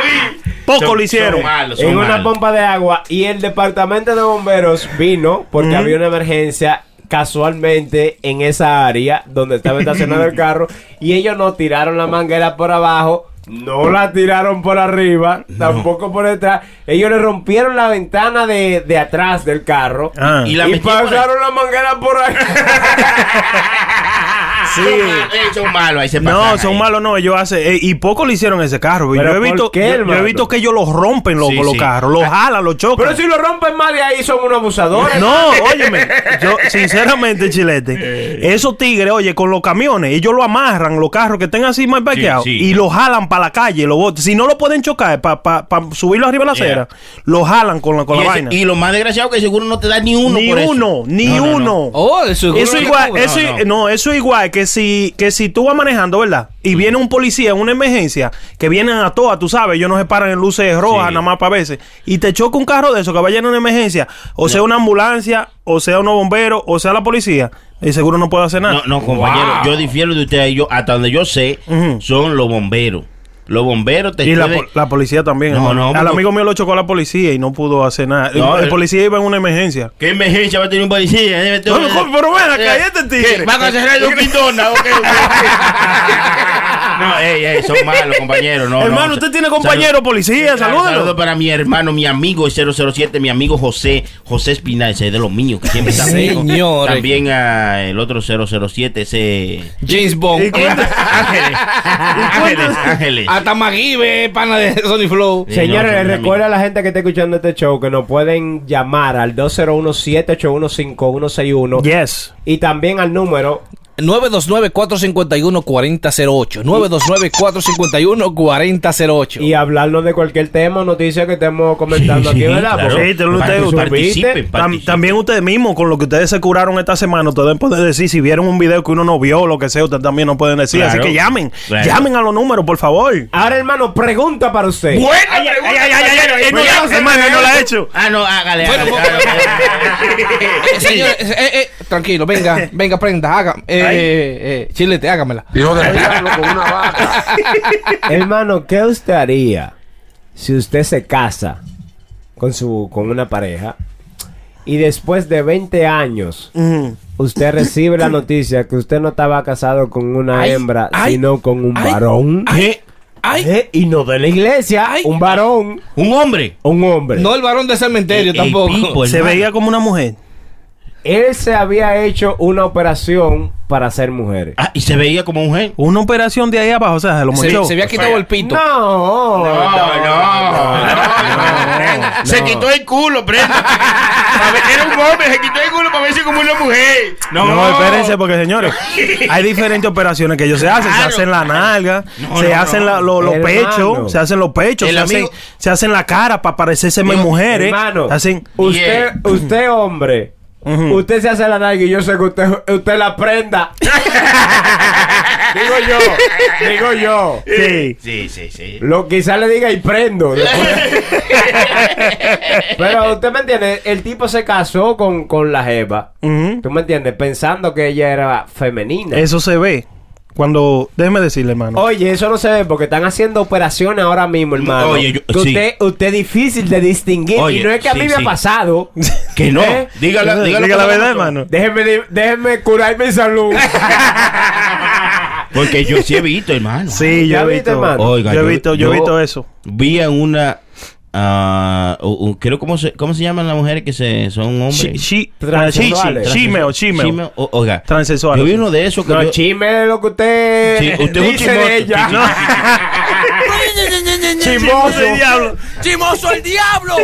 S1: vi.
S4: Poco
S6: Son-
S4: lo hicieron.
S6: son malos, son
S5: en una
S6: malos.
S5: pompa de agua y el departamento de bomberos vino
S4: Mm.
S5: porque había una emergencia casualmente en esa área donde estaba estacionado el carro y ellos no tiraron la manguera por abajo. No la tiraron por arriba, tampoco por detrás. Ellos le rompieron la ventana de, de atrás del carro
S4: Ah.
S6: Y
S5: y,
S6: la metieron por ahí.
S5: pasaron la manguera por ahí.
S4: Sí.
S6: Son malos, eh, Son malos, ahí se
S4: No,
S6: pasan
S4: son
S6: ahí.
S4: malos, no. Ellos hace, eh, y poco le hicieron ese carro. Yo
S5: ¿Pero
S4: he,
S5: por
S4: visto,
S5: qué,
S4: yo- yo, he
S5: hermano?
S4: visto que ellos los rompen, loco,
S6: Sí,
S4: los
S6: sí.
S4: carros. Los jalan, los chocan.
S5: Pero si lo rompen mal y ahí son unos abusadores.
S4: No, óyeme, yo sinceramente,
S6: Eh.
S4: Chilete, esos tigres, oye, con los camiones, ellos lo amarran, los carros que estén así mal parqueados,
S6: sí.
S4: y los jalan para la calle, los botan. Si no lo pueden chocar para subirlo arriba a la
S6: Yeah.
S4: acera, los jalan con la, con
S6: Y,
S4: la
S6: ese-
S4: vaina.
S6: y lo más desgraciado que seguro no te da ni uno.
S4: ni
S6: por eso.
S4: uno, ni
S6: No, no, no.
S4: uno.
S3: oh, el seguro
S4: Eso
S3: que
S4: igual,
S3: cubre.
S4: eso,
S6: No,
S4: no,
S6: no.
S4: eso igual que si, que si tú vas manejando, ¿verdad?
S6: Mm.
S4: Y viene un policía en una emergencia, que vienen a todas, tú sabes, ellos no se paran en luces rojas
S6: Sí.
S4: nada más para veces, y te choca un carro de eso que vaya en una emergencia, o sea una ambulancia, o sea unos bomberos, o sea la policía, el seguro no puede hacer nada.
S6: No, no, compañero, yo difiero de ustedes. Yo, hasta donde yo sé,
S4: Ujú.
S6: son los bomberos. Los bomberos te
S4: Y la,
S6: pueden-
S4: po- la policía también.
S6: No,
S4: hermano.
S6: no,
S4: Al
S6: porque-
S4: amigo mío lo chocó la policía y no pudo hacer nada.
S6: No, eh.
S4: el, el
S6: el-
S4: policía iba en una emergencia.
S6: ¿Qué emergencia va a tener un policía? Eh,
S4: No, no, pero ven acá,
S6: Eh,
S4: este tigre.
S6: ¿qué? Van a cerrar los pintonas. ok, ok. no, ey, ey, son malos, compañeros. No,
S4: Hermano,
S6: no.
S4: usted tiene compañero policía,
S6: Claro,
S4: salúdalo.
S6: saludo para mi hermano, mi amigo el 007, mi amigo José, José Espinal, ese es de los míos, que siempre está conmigo.
S3: Señores.
S6: También a el otro 007, ese...
S3: James Bond.
S6: Ángeles, Ángeles, Ángeles.
S3: Hasta McGibbe, pana de Sony Flow.
S6: Sí,
S5: Señores,
S6: no,
S5: les
S6: son
S5: recuerdo
S6: amigos.
S5: a la gente que está escuchando este show que nos pueden llamar al 201-781-5161
S4: Yes.
S5: y también al número
S3: 929-451-4008. 929-451-4008.
S5: y hablarnos de cualquier tema o noticia que estemos comentando aquí, ¿verdad?
S6: claro.
S5: Porque-
S4: Sí, te lo- te lo-
S6: participen,
S4: Tam-
S6: participen.
S4: también ustedes mismos, con lo que ustedes se curaron esta semana, ustedes pueden decir, si vieron un video que uno no vio, lo que sea, ustedes también nos pueden decir. Así
S6: Claro.
S4: que llamen,
S6: Claro.
S4: llamen a los números, por favor.
S5: Ahora, hermano, pregunta para usted.
S1: Buena pregunta, compañero.
S4: Él no la- hermano, él no la ha hecho.
S6: Ah, no, hágale,
S3: Bueno,
S6: hágale,
S3: bueno,
S6: hágale,
S5: Ah,
S3: Eh, señores, eh, eh, tranquilo, venga, venga, prenda, haga, eh, eh, eh, chilete, hágamela.
S5: hermano, ¿qué usted haría si usted se casa con, su, con una pareja y después de 20 años
S4: Ujú.
S5: usted recibe la noticia que usted no estaba casado con una
S3: Ay,
S5: hembra,
S3: ay,
S5: sino con un
S3: ay,
S5: varón?
S6: hágale.
S3: Ay,
S5: Eh, Y no de la iglesia,
S3: Ay.
S5: un varón,
S6: Un hombre.
S5: un hombre.
S3: no el varón de cementerio
S5: Eh,
S6: Ey,
S3: tampoco.
S6: people.
S4: Se
S6: hermano.
S4: veía como una mujer.
S5: Él se había hecho una operación para ser mujer.
S6: Ah, y se veía como mujer.
S4: Una operación de ahí abajo, o sea, se lo
S3: se,
S4: mochó.
S3: se había quitado el pito.
S5: No,
S6: Se quitó el culo, prenda.
S1: A ver, Era un hombre, se quitó el culo para verse como una mujer.
S4: No, espérense, porque señores, hay diferentes operaciones que ellos se hacen. Se
S6: Claro.
S4: hacen la nalga,
S6: No,
S4: se
S6: no,
S4: hacen
S6: no.
S4: la- lo- los
S5: Hermano.
S4: pechos, se hacen los pechos,
S6: El
S4: se hacen,
S6: amigo-
S4: se hacen la cara para parecerse más
S6: Digo,
S4: mujeres.
S5: hermano.
S4: Hacen.
S5: Usted, usted hombre,
S4: Ujú.
S5: usted se hace la nalga y yo sé que usted, usted la prenda. digo yo, digo yo.
S4: Sí.
S6: Sí, sí, sí.
S5: Lo quizá le diga y prendo. después. Pero usted me entiende, el tipo se casó con, con la jeva.
S4: Ujú.
S5: ¿Tú me entiendes? Pensando que ella era femenina.
S4: Eso se ve. Cuando, déjeme decirle, hermano.
S5: Oye, eso no se ve porque están haciendo operaciones ahora mismo, hermano.
S6: Oye, yo-
S5: Que
S6: sí.
S5: usted, usted es difícil de distinguir.
S6: Oye,
S5: y no es que a mí
S6: sí,
S5: me ha
S6: sí.
S5: pasado.
S6: Que no.
S5: ¿Eh?
S6: Dígala,
S4: Diga
S6: dígala
S4: la verdad,
S6: como nosotros.
S4: hermano.
S5: Déjeme, di- déjeme curar mi salud.
S6: Porque yo sí he visto, hermano.
S4: Sí, yo
S5: ¿Ya
S4: he
S5: viste,
S4: visto.
S5: hermano?
S6: Oiga,
S4: yo he visto, yo he visto eso.
S6: Vi a una. ah, u- u- creo cómo se, cómo se llaman las mujeres que se, son
S4: Chi-
S6: hombres.
S4: chi-
S5: Transexuales.
S4: chi- chi- Chimeo, chimeo.
S6: Chimeo, o- oiga,
S4: Transexuales.
S6: yo vi uno de esos que
S5: No,
S6: yo-
S5: chisme de lo que usted,
S6: Sí, usted es un
S5: dice de
S6: chismoso,
S5: ella.
S6: sí,
S5: Chismoso.
S4: diablo.
S3: ¡Chimoso el diablo!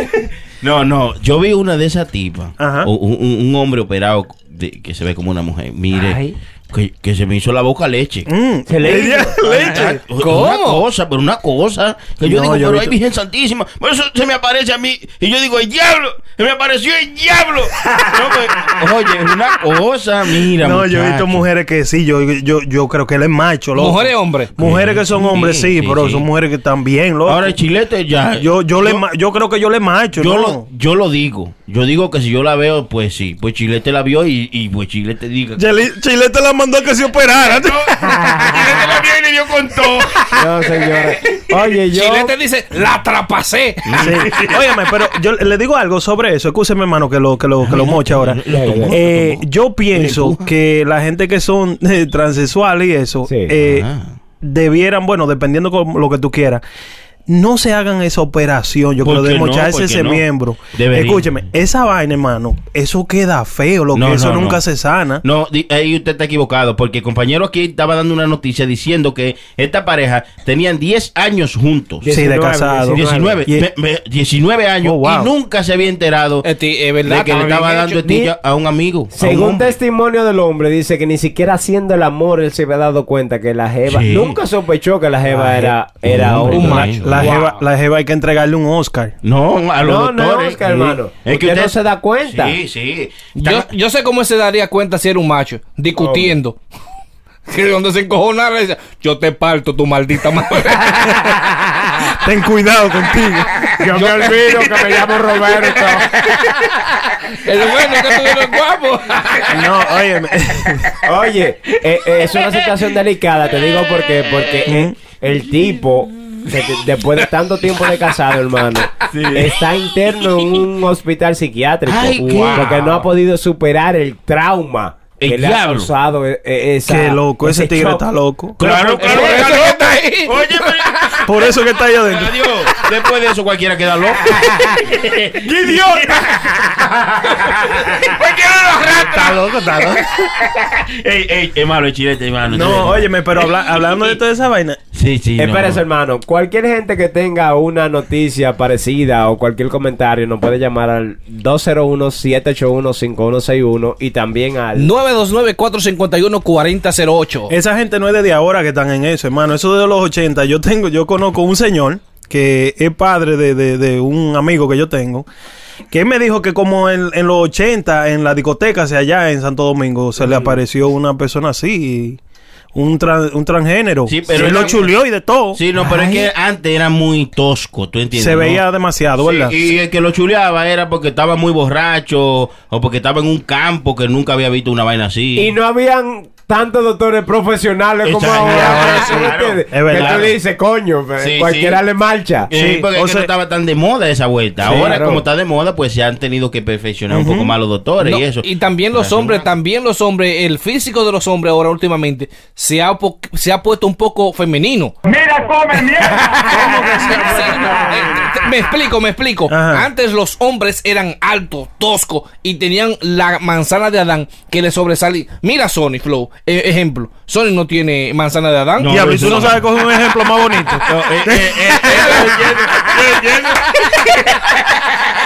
S6: No, no, yo vi una de esas tipas.
S4: Ajá.
S6: O Un, un- un hombre operado de- que se ve como una mujer. Mire,
S5: Ay.
S6: que, que se me hizo la boca leche.
S4: Mm,
S5: Se le
S4: ella- leche.
S6: Una- Una cosa, pero una cosa. Que yo
S4: No,
S6: digo,
S4: yo he
S6: pero
S4: visto-
S6: hay Virgen Santísima. Por eso se me aparece a mí. Y yo digo, el diablo. Se me apareció el diablo. No, pues, oye, es una cosa, mira.
S4: No, yo he visto
S6: muchacho.
S4: mujeres que sí, yo, yo, yo creo que él es macho, loco.
S3: Mujeres, hombre.
S4: Mujeres que son
S6: Sí,
S4: hombres, sí,
S6: sí,
S4: pero
S6: sí.
S4: son mujeres que están bien, loco.
S6: Ahora el chilete ya.
S4: yo, yo, le ma- yo creo que yo le macho,
S6: yo
S4: ¿no?
S6: lo, yo lo digo. Yo digo que si yo la veo, pues sí. Pues Chilete la vio y, y pues Chilete diga.
S4: Chile- Chilete la mandó a que se operara. ¿no?
S1: Chilete la viene y dio con todo.
S5: No, señores. Oye, yo.
S3: Chilete dice, la atrapacé.
S4: Sí. Óyeme, pero yo le digo algo sobre eso. Escúcheme, hermano, que lo, que lo, que lo mocha ahora. Eh, yo pienso que la gente que son eh, transexuales y eso,
S5: Sí.
S4: eh,
S6: Ah.
S4: debieran, bueno, dependiendo con lo que tú quieras, no se hagan esa operación. Yo
S6: ¿Por
S4: creo
S6: qué
S4: de
S6: no?
S4: mocharse
S6: ¿Por qué
S4: ese
S6: no?
S4: miembro.
S6: Deberían.
S4: Escúcheme, esa vaina, hermano, eso queda feo, lo que eso nunca
S6: no.
S4: se sana.
S6: No, di- ahí usted está equivocado, porque el compañero aquí estaba dando una noticia diciendo que esta pareja tenían 10 años juntos.
S4: Sí, de casado.
S6: 19,
S4: Y-
S6: me- me- 19 años
S4: Oh, wow.
S6: y nunca se había enterado
S3: Este, es
S6: de
S3: verdad.
S6: que le
S3: está
S6: estaba
S3: bien
S6: dando
S3: hecho.
S6: estilla a un amigo. a un
S5: Según
S6: hombre.
S5: testimonio del hombre, dice que ni siquiera haciendo el amor él se había dado cuenta que la Jeva.
S6: Sí.
S5: Nunca sospechó que la Jeva
S6: La
S5: era,
S6: je-
S5: era
S6: un
S5: hombre.
S6: hombre.
S5: macho.
S4: La,
S6: Wow.
S4: jeva, la jeva hay que entregarle un Oscar.
S6: No, a los
S5: No, no,
S6: doctores.
S5: Oscar, hermano. Usted no se da cuenta.
S6: Sí, sí.
S3: Yo, yo sé cómo él se daría cuenta si era un macho, discutiendo. Que donde se encojonara le decía, yo te parto tu maldita madre.
S4: Ten cuidado contigo.
S5: Yo me olvido que me llamo Roberto.
S3: El bueno que tuvieron guapo.
S4: No, óyeme.
S5: Oye, eh, eh, es una situación delicada, te digo por qué. Porque eh, el tipo, de- de- después de tanto tiempo de casado, hermano, está interno en un hospital psiquiátrico.
S6: Ay, qué-
S5: Porque no ha podido superar el trauma.
S6: El
S5: que le ha
S6: diablo.
S5: causado eh, eh, esa-
S4: Qué loco, ese tigre
S5: shock.
S4: está loco.
S6: Claro, claro,
S3: Por eso
S6: claro.
S3: que está ahí.
S6: Oye, pero-
S4: Por eso que está ahí adentro.
S6: Adiós. Después de eso cualquiera queda loco.
S4: ¡Qué idiota!
S6: Está loco, está loco. Ey, ey, es malo el chilete, hermano.
S4: No, óyeme, pero habla- hablando de toda esa vaina,
S6: Sí, sí. no.
S5: Espérese, hermano. Cualquier gente que tenga una noticia parecida o cualquier comentario nos puede llamar al 201-781-5161 y también al...
S3: 929-451-4008.
S4: esa gente no es desde ahora que están en eso, hermano. Eso de los 80, yo tengo, yo conozco un señor que es padre de, de- de un amigo que yo tengo, que él me dijo que como en, en los 80, en la discoteca hacia allá en Santo Domingo, se le apareció una persona así, un, tran- un transgénero.
S6: Sí, pero
S4: Él lo
S6: era-
S4: chuleó y de todo.
S6: Sí, no, pero es que antes era muy tosco, ¿tú entiendes?
S4: se
S6: no?
S4: veía demasiado,
S6: Sí,
S4: ¿verdad?
S6: y el que lo chuleaba era porque estaba muy borracho o porque estaba en un campo que nunca había visto una vaina así.
S5: Y no habían tantos doctores profesionales como
S6: Exacto.
S5: ahora.
S6: Sí,
S5: ¿me
S6: claro.
S5: entiendes?
S4: Es verdad.
S5: Que tú dices, coño, pe-
S6: Sí,
S5: cualquiera
S6: sí.
S5: le marcha.
S6: Eh,
S4: sí,
S6: porque
S4: o
S6: es que
S4: sea-
S6: no estaba tan de moda esa vuelta.
S5: Sí,
S6: Ahora,
S5: claro.
S6: como está de moda, pues se han tenido que perfeccionar un poco más los doctores
S3: No,
S6: y eso.
S3: también los hombres, también los hombres, el físico de los hombres ahora últimamente se ha, po- se ha puesto un poco femenino.
S1: Mira, come mierda.
S3: Sí, me explico, me explico.
S4: Ajá.
S3: Antes los hombres eran altos, toscos y tenían la manzana de Adán que le sobresalía. Mira Sony Flow, e- ejemplo. Sony no tiene manzana de Adán.
S6: No,
S4: Diablo, y
S6: eso
S4: tú no
S6: no.
S4: sabes coger un ejemplo más bonito.
S6: eh,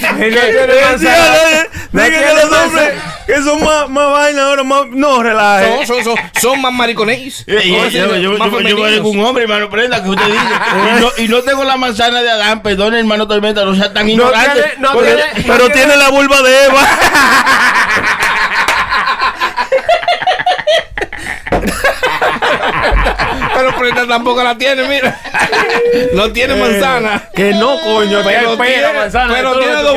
S5: Y no tiene más
S4: Sí,
S5: nada.
S4: ahora, eh,
S5: No
S4: Digan que
S5: tiene
S4: los
S5: más
S4: hombres que son más, más vaina ahora, más. No, relaje.
S3: Son, son, son, son más maricones.
S6: Eh, eh, yo, yo,
S3: Más
S6: yo- yo
S3: femeninos.
S6: parezco un hombre, hermano, prenda, que usted dice. Y no, y no tengo la manzana de Adán, perdón, hermano Tormenta, no sea tan
S5: No
S6: ignorante.
S5: tiene- no
S6: Porque-
S5: tiene- no
S4: Pero tiene la vulva de Eva.
S3: Pero Prenda tampoco la tiene, mira. No
S6: Eh.
S3: tiene manzana.
S4: Que no, coño.
S3: Pero tiene, pero tiene dos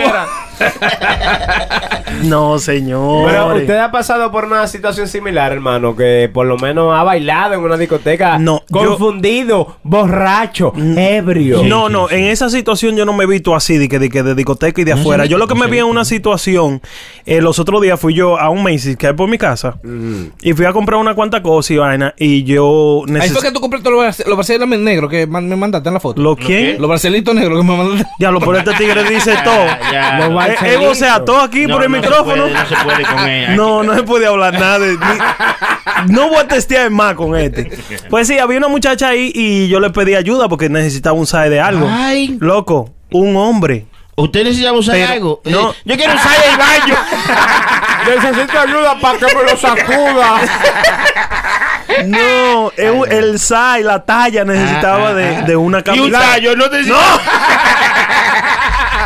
S4: No, señor.
S5: Pero usted ha pasado por una situación similar, hermano, que por lo menos ha bailado en una discoteca
S4: No, yo-
S5: confundido, borracho, ebrio.
S4: No, no, en esa situación yo no me he visto así, de que de, que de discoteca y de afuera. Yo lo que me vi en una situación, eh, los otros días fui yo a un Macy's que hay por mi casa
S6: Mm.
S4: y fui a comprar una cuanta cosa y vaina y yo
S3: Ahí fue que
S4: necesito...
S3: tú compraste los bracel- los braceletes negros que man- me mandaste en la foto.
S4: ¿Lo quién?
S3: Los bracelitos negros que me mandaste.
S4: Diablo, por este tigre dice todo.
S6: ya.
S5: Los
S4: Eh,
S5: balsamitos.
S4: Evo se ató aquí por el
S6: no se
S4: micrófono.
S6: puede, no se puede con ella.
S4: No, no se puede hablar nada. de- ni- no voy a testear más con este. Pues sí, había una muchacha ahí y yo le pedí ayuda porque necesitaba un SAE de algo.
S6: Ay.
S4: Loco, un hombre.
S6: Usted necesita usar
S4: Pero-
S6: algo.
S4: no.
S6: Eh, Yo quiero usar el baño.
S5: Necesito ayuda para que me lo sacuda.
S4: No, es un- el size, la talla necesitaba de, de una
S1: Y un
S4: camisa.
S1: tallo, no te
S4: ¡No!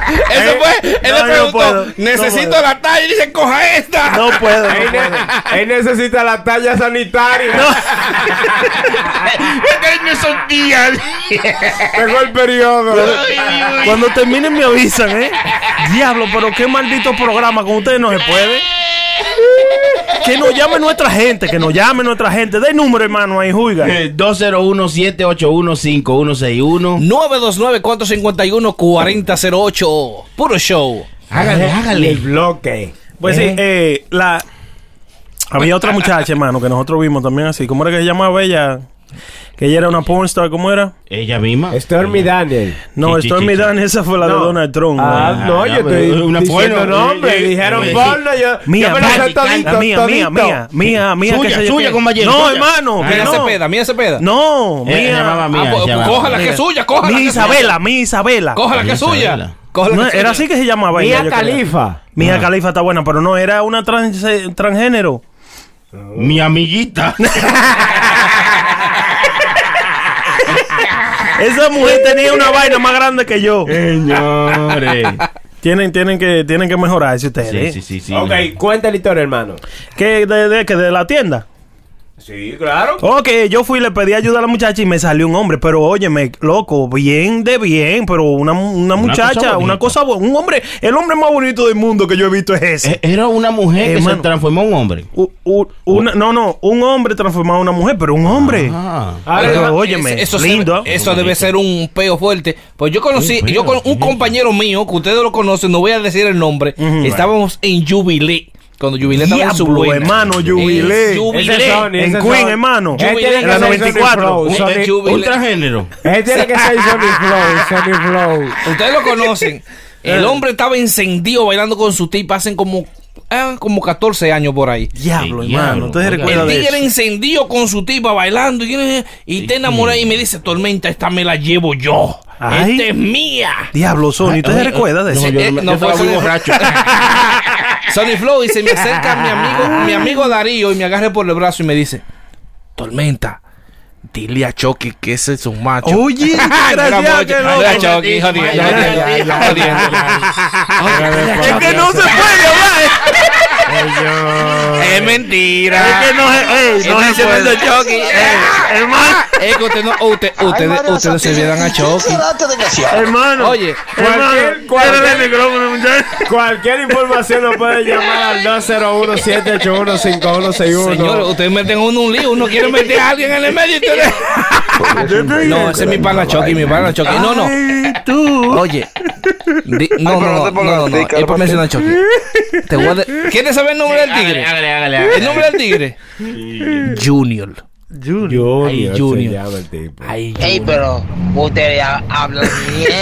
S3: Eso fue, él
S4: Eh, no,
S3: le
S4: no
S3: preguntó,
S4: puedo, no
S3: necesito
S4: puedo.
S3: la talla y dice, coja esta.
S4: No puedo. no
S5: Él,
S4: puedo.
S5: ne- él necesita la talla sanitaria.
S1: no son días.
S5: Tengo el periodo.
S4: Cuando terminen me avisan, ¿eh? Diablo, pero qué maldito programa. Con ustedes no se puede. Que nos llame nuestra gente, que nos llame nuestra gente. De número, hermano, ahí, juiga.
S6: Eh, 201-781-5161.
S3: 929-451-4008. Puro show.
S6: Hágale, hágale.
S5: El bloque.
S4: Pues sí,
S5: Eh, ah,
S4: eh, la... Había otra muchacha, hermano, que nosotros vimos también así. ¿Cómo era que se llamaba ella? Que ella era una pornstar, ¿cómo era?
S6: Ella misma.
S5: Stormy Daniel.
S4: No,
S6: Sí, sí,
S4: Stormy
S6: sí, sí.
S4: Daniels, esa fue eh. la de
S5: No.
S4: Donald Trump.
S5: Ah,
S4: güey.
S5: no,
S6: ya,
S5: yo
S6: pero
S5: estoy
S6: una
S5: diciendo
S6: porno.
S5: nombre.
S6: Eh, eh,
S5: dijeron
S6: eh,
S5: porno. Yo,
S4: Mía,
S5: yo me lo sé
S4: mía,
S5: todito,
S4: mía, mía,
S5: todito.
S4: mía, mía, mía,
S6: Suya,
S4: qué sé yo
S6: suya,
S4: qué.
S6: compañero,
S4: No,
S6: suya.
S4: hermano, que
S3: Mira
S4: no.
S3: ese Ah, peda, mira ese peda.
S5: Eh,
S4: No,
S6: Ella
S4: mía.
S6: llamaba
S4: Ah,
S6: mía,
S3: Ah, pues,
S6: llamaba.
S3: cójala que es suya, cójala.
S4: Mi
S3: que es
S4: Isabela, mi Isabela.
S3: suya. Cójala que
S6: Mía
S3: es suya.
S6: Isabela.
S3: Cójala
S4: No,
S3: que es suya.
S4: era así que se llamaba ella.
S5: Mía
S4: yo creo.
S5: Califa. Ah.
S4: Mía Califa está buena, pero no, era una trans- eh, transgénero.
S6: Mi amiguita.
S4: Esa mujer tenía una vaina más grande que yo.
S5: Eh,
S6: Señores.
S4: Tienen, tienen que, tienen que mejorarse ustedes. ¿eh?
S6: Sí, sí, sí, sí.
S5: Ok, cuenta la historia, hermano.
S4: Que de, de- que de la tienda.
S5: Sí, claro.
S4: Ok, yo fui, le pedí ayuda a la muchacha y me salió un hombre. Pero óyeme, loco, bien de bien, pero una, una muchacha,
S6: cosa
S4: una
S6: bonita.
S4: cosa buena. Un hombre, el hombre más bonito del mundo que yo he visto es ese.
S6: Eh, Era una mujer
S4: Eh,
S6: que se
S4: mano.
S6: transformó en un hombre.
S4: U- u- una- no, no, un hombre transformado en una mujer, pero un hombre.
S6: Ah.
S5: Ahora,
S4: Pero
S3: Ahora,
S4: óyeme,
S3: ese- eso se-
S4: lindo. ¿eh?
S3: eso debe ser un peo fuerte. Pues yo conocí,
S6: Un peo,
S3: yo con un
S6: sí.
S3: compañero mío, que ustedes lo conocen, no voy a decir el nombre, estábamos en Jubilee. Cuando Jubilee estaba en su
S4: Diablo,
S3: buena.
S4: hermano,
S3: Eh,
S4: Jubilee.
S5: Ese es Sony,
S3: Jubilee.
S5: ese
S4: En
S5: es
S4: Queen,
S5: Sony.
S4: hermano.
S5: Él
S3: En
S5: tiene que
S3: la
S5: ser Sony
S4: 94.
S5: Flow,
S4: Un-
S5: Sony-
S3: Ju-
S6: Un transgénero.
S5: Él tiene que ser Sony Flow, Sony Flow.
S3: Ustedes lo conocen. El hombre estaba encendido bailando con su tipa hace como, ah, como 14 años por ahí.
S4: Diablo,
S6: Sí,
S4: hermano.
S6: diablo.
S4: Entonces
S6: Oiga,
S4: recuerda
S3: El
S4: de eso.
S3: tigre encendido con su tipa bailando y, y te enamoré y me dice, Tormenta, esta me la llevo yo.
S4: Ay.
S3: Esta es mía.
S4: Diablo, Sony, ¿ustedes
S6: Ay,
S4: recuerdan de
S6: no,
S4: eso?
S6: yo,
S3: Eh,
S6: no me-
S3: no
S6: yo estaba
S3: fue
S6: muy
S3: Sony-
S6: borracho.
S3: Sony Flow y se me acerca mi amigo, mi amigo Darío y me agarra por el brazo y me dice, Tormenta, dile a Chucky que ese es un macho.
S4: Oye, desgraciado, qué loco.
S3: Dile a Chucky, hijo de-
S6: Ya, ya, ya, ya, ya.
S4: Es que no se puede hablar.
S3: Es mentira.
S4: Es que no se- ey, no
S3: Está
S4: se
S3: diciendo
S4: puede.
S3: Chucky.
S4: Ey, hermano.
S3: Es que usted no, usted, ustedes, ustedes se vieran a Chucky.
S4: Hermano.
S3: Oye,
S4: hermano.
S5: cualquier- cualquier-
S4: dale el micrófono, muchacho.
S5: Cualquier información lo puede llamar al 201-781-5161.
S3: Señor, ustedes meten uno en un lío, uno quiere meter a alguien en el medio y ustedes- No, ese es mi pana Chucky, mi pana Chucky. No, no.
S4: Ay, tú.
S3: Oye, di- no,
S2: pero no
S3: no, no,
S2: te
S3: no,
S2: pongas
S3: no, no, eh,
S2: así,
S3: es para
S2: cálmate.
S3: mencionar a Chucky. Te voy a de- ¿Quieres saber el nombre del tigre?
S6: Hágale, hágale,
S3: El
S6: hágale.
S3: nombre del tigre. Junior.
S5: Junior,
S3: Ay,
S5: se
S3: Junior.
S5: llama el tipo.
S3: Ay,
S10: Ey, pero ustedes ha- hablan mierda.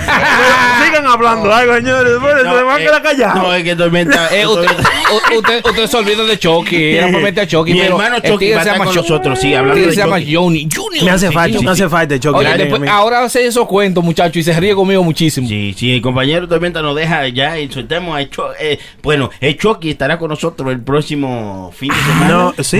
S4: Sigan hablando algo, señores. Bueno, se van a
S6: eh,
S4: quedar callados.
S6: No, es que tormenta.
S3: Eh, usted, u- usted, usted se olvida de Chucky. Era para meter a Chucky.
S6: Mi
S3: pero
S6: hermano
S3: el
S6: Chucky
S3: tigre
S6: va a estar con
S3: Chu-
S6: nosotros, sí,
S3: el
S6: hablando
S3: tigre
S6: de
S3: se llama
S6: Chucky.
S3: Johnny Junior.
S4: Me hace
S3: Sí,
S4: falta,
S3: sí,
S4: me
S3: sí.
S4: hace falta el choque.
S3: Oye,
S4: Gracias,
S3: después- ah,
S4: amigo.
S3: ahora hace esos cuentos, muchachos, y se ríe conmigo muchísimo.
S6: Sí, sí, el compañero Tormenta nos deja ya y soltemos a Chucky. bueno, el Chucky estará con nosotros el próximo fin de semana.
S4: Ah,
S6: Ah,
S4: no, sí.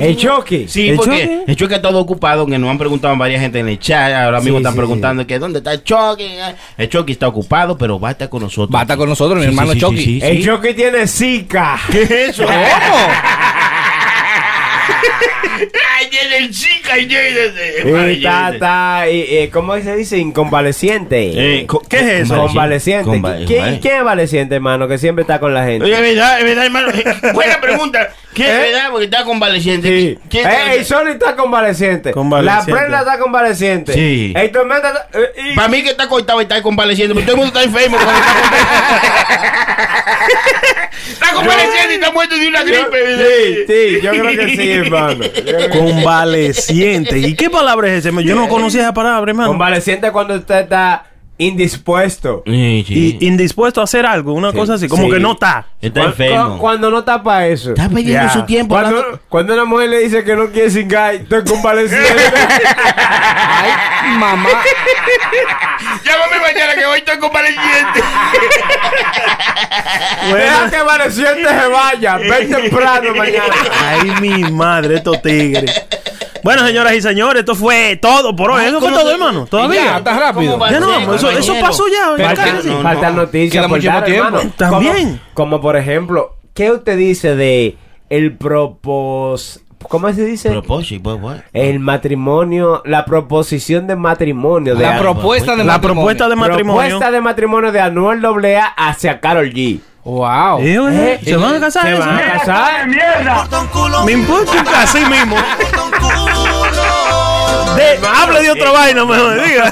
S5: ¿El Chucky?
S6: Sí,
S4: ¿El
S6: porque
S4: Chucky?
S6: el Chucky ha estado ocupado, que nos han preguntado varias gente en el chat. Ahora mismo
S5: Sí,
S6: están
S5: sí,
S6: preguntando que dónde está el Chucky. El Chucky está ocupado, pero va a estar con nosotros.
S3: Va a estar con nosotros, mi hermano Chucky.
S5: El Chucky tiene Zika.
S6: ¿Qué es eso?
S4: ¿Eh?
S3: ¿Cómo?
S1: Ay, tiene el chica y
S5: Y
S1: tiene-
S5: está, está, y, eh, ¿cómo se dice? Inconvaleciente.
S6: Eh, co-
S4: ¿Qué es eso?
S5: Convaleciente.
S6: Convaleciente.
S5: ¿Quién, quién es valeciente, hermano? Que siempre está con la gente.
S6: Oye, es verdad, es verdad, hermano. Buena pregunta. ¿Qué es verdad? Porque está convaleciente.
S5: Sí.
S6: ¿Quién-
S5: Eh, el Sony está convaleciente.
S4: Convaleciente.
S5: La prenda está convaleciente.
S6: Sí.
S5: El tormenta está. eh, y-
S6: Para mí que está cortado y está convaleciente. Pero todo el mundo está enfermo. cuando está
S1: Está convaleciendo y está muerto de una
S5: Sí,
S1: gripe.
S5: sí, yo creo que sí, hermano. Yo creo que-
S4: Convaleciente. ¿Y qué palabra es esa? Yo no conocía esa palabra, hermano.
S5: Convaleciente cuando usted está indispuesto.
S6: Sí, sí.
S4: Y indispuesto a hacer algo, una cosa así, como
S5: Sí.
S4: que no está.
S6: Está
S5: Cu-
S6: enfermo.
S5: cu- Cuando no tapa eso.
S6: Está perdiendo
S4: Ya.
S6: su tiempo. hablando-
S5: Cuando, cuando una mujer le dice que no quiere cingar, estoy convaleciendo.
S3: Ay, mamá.
S1: Llámame mañana que hoy estoy convaleciente.
S5: Deja que Valeciente se vaya. Ven temprano mañana.
S4: Ay, mi madre, estos tigres. Bueno, señoras y señores, esto fue todo por hoy. Eso fue
S3: ¿cómo
S4: todo,
S3: te-
S4: hermano.
S3: Ya,
S4: Todavía.
S3: estás rápido.
S6: ¿Cómo va?
S4: Ya no,
S6: Sí,
S4: eso, eso
S6: compañero.
S4: pasó ya.
S6: Pero
S4: Carlos.
S6: que- no, no.
S5: Faltan noticias
S3: Queda
S5: por
S3: mucho
S5: dar,
S3: tiempo.
S5: hermano.
S4: También.
S5: Como, como por ejemplo, ¿qué usted dice de el propos... ¿Cómo se dice?
S6: Propósito, pues, bueno.
S5: el matrimonio, la proposición de matrimonio de
S3: La
S5: Anuel.
S3: propuesta de
S4: La propuesta de matrimonio.
S5: Propuesta de matrimonio de Anuel AA hacia Carol G.
S3: Wow.
S4: Eh, oye,
S5: Eh,
S4: ¿Se van a casar?
S5: ¿Se
S4: eso?
S5: van a casar?
S4: Me importa un ca- así mismo. De- hable de otra vaina, mejor diga.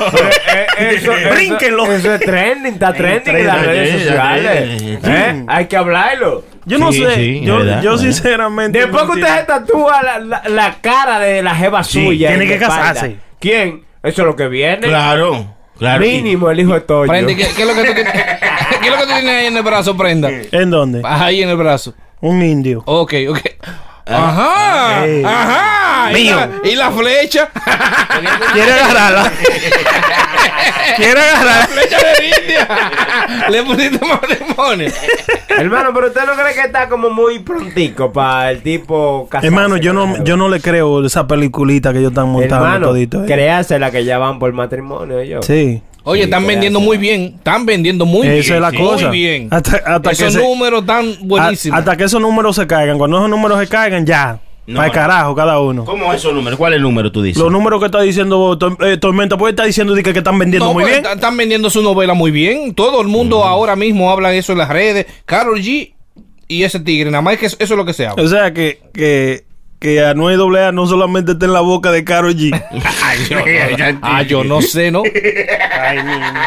S5: Eh, eso, eso-
S4: Brínquenlo.
S5: Eso es trending, está trending en las
S6: trending,
S5: redes
S6: sí,
S5: sociales.
S6: sí.
S5: Eh, Hay que hablarlo.
S4: Yo no
S6: Sí,
S4: sé.
S6: sí,
S4: yo,
S6: es verdad,
S4: yo
S6: es verdad.
S4: sinceramente.
S5: Después que
S4: no
S5: usted se
S4: entiendo.
S5: tatúa la, la- la cara de la jeva suya.
S4: tiene
S5: en
S4: que
S5: la espalda.
S4: casarse.
S5: ¿Quién? Eso es lo que viene.
S6: Claro, claro.
S5: Mínimo el hijo de Toño.
S3: Prende, ¿qué, qué es lo que tú tienes, ¿qué es lo que tú tienes ahí en el brazo, prenda?
S4: ¿En dónde?
S3: Ahí en el brazo.
S4: Un indio.
S3: Ok, ok. Ajá,
S4: Ey.
S3: ajá. Y
S4: Ah, Mío.
S3: la, y la flecha.
S4: Quiere agarrarla. Quiere agarrarla.
S3: flecha de India. Le pusiste matrimonio.
S5: Hermano, pero usted no cree que está como muy prontico para el tipo casarse.
S4: Hermano, yo
S5: con
S4: no,
S5: la
S4: yo no le creo esa peliculita que ellos están
S5: jeva?
S4: montando
S5: Hermano,
S4: todito. eh.
S5: créasela que ya van por matrimonio ellos.
S4: Sí.
S3: Oye,
S5: Sí,
S3: están
S5: qué
S3: vendiendo
S5: hace.
S3: muy bien. Están vendiendo muy bien.
S4: Esa es la cosa.
S3: Muy bien.
S4: Hasta- hasta que
S3: Esos
S4: se- Ah,
S3: números tan buenísimos.
S4: A- hasta que esos números se caigan. Cuando esos números se caigan, ya.
S6: No,
S4: para
S6: no.
S4: carajo, cada uno.
S6: ¿Cómo es esos números? ¿Cuál es el número tú dices?
S4: Los números que está diciendo Tor- eh, Tormenta, pues está diciendo di que, que están vendiendo
S3: No,
S4: muy
S3: pero
S4: bien. Mm.
S3: está- Están vendiendo su novela muy bien. Todo el mundo ahora mismo habla de eso en las redes. Carol G y ese tigre. Nada más que eso, eso es lo que se habla.
S4: O sea que, que, que Anuel AA no solamente está en la boca de Karol G.
S3: Ah, yo no sé, ¿no?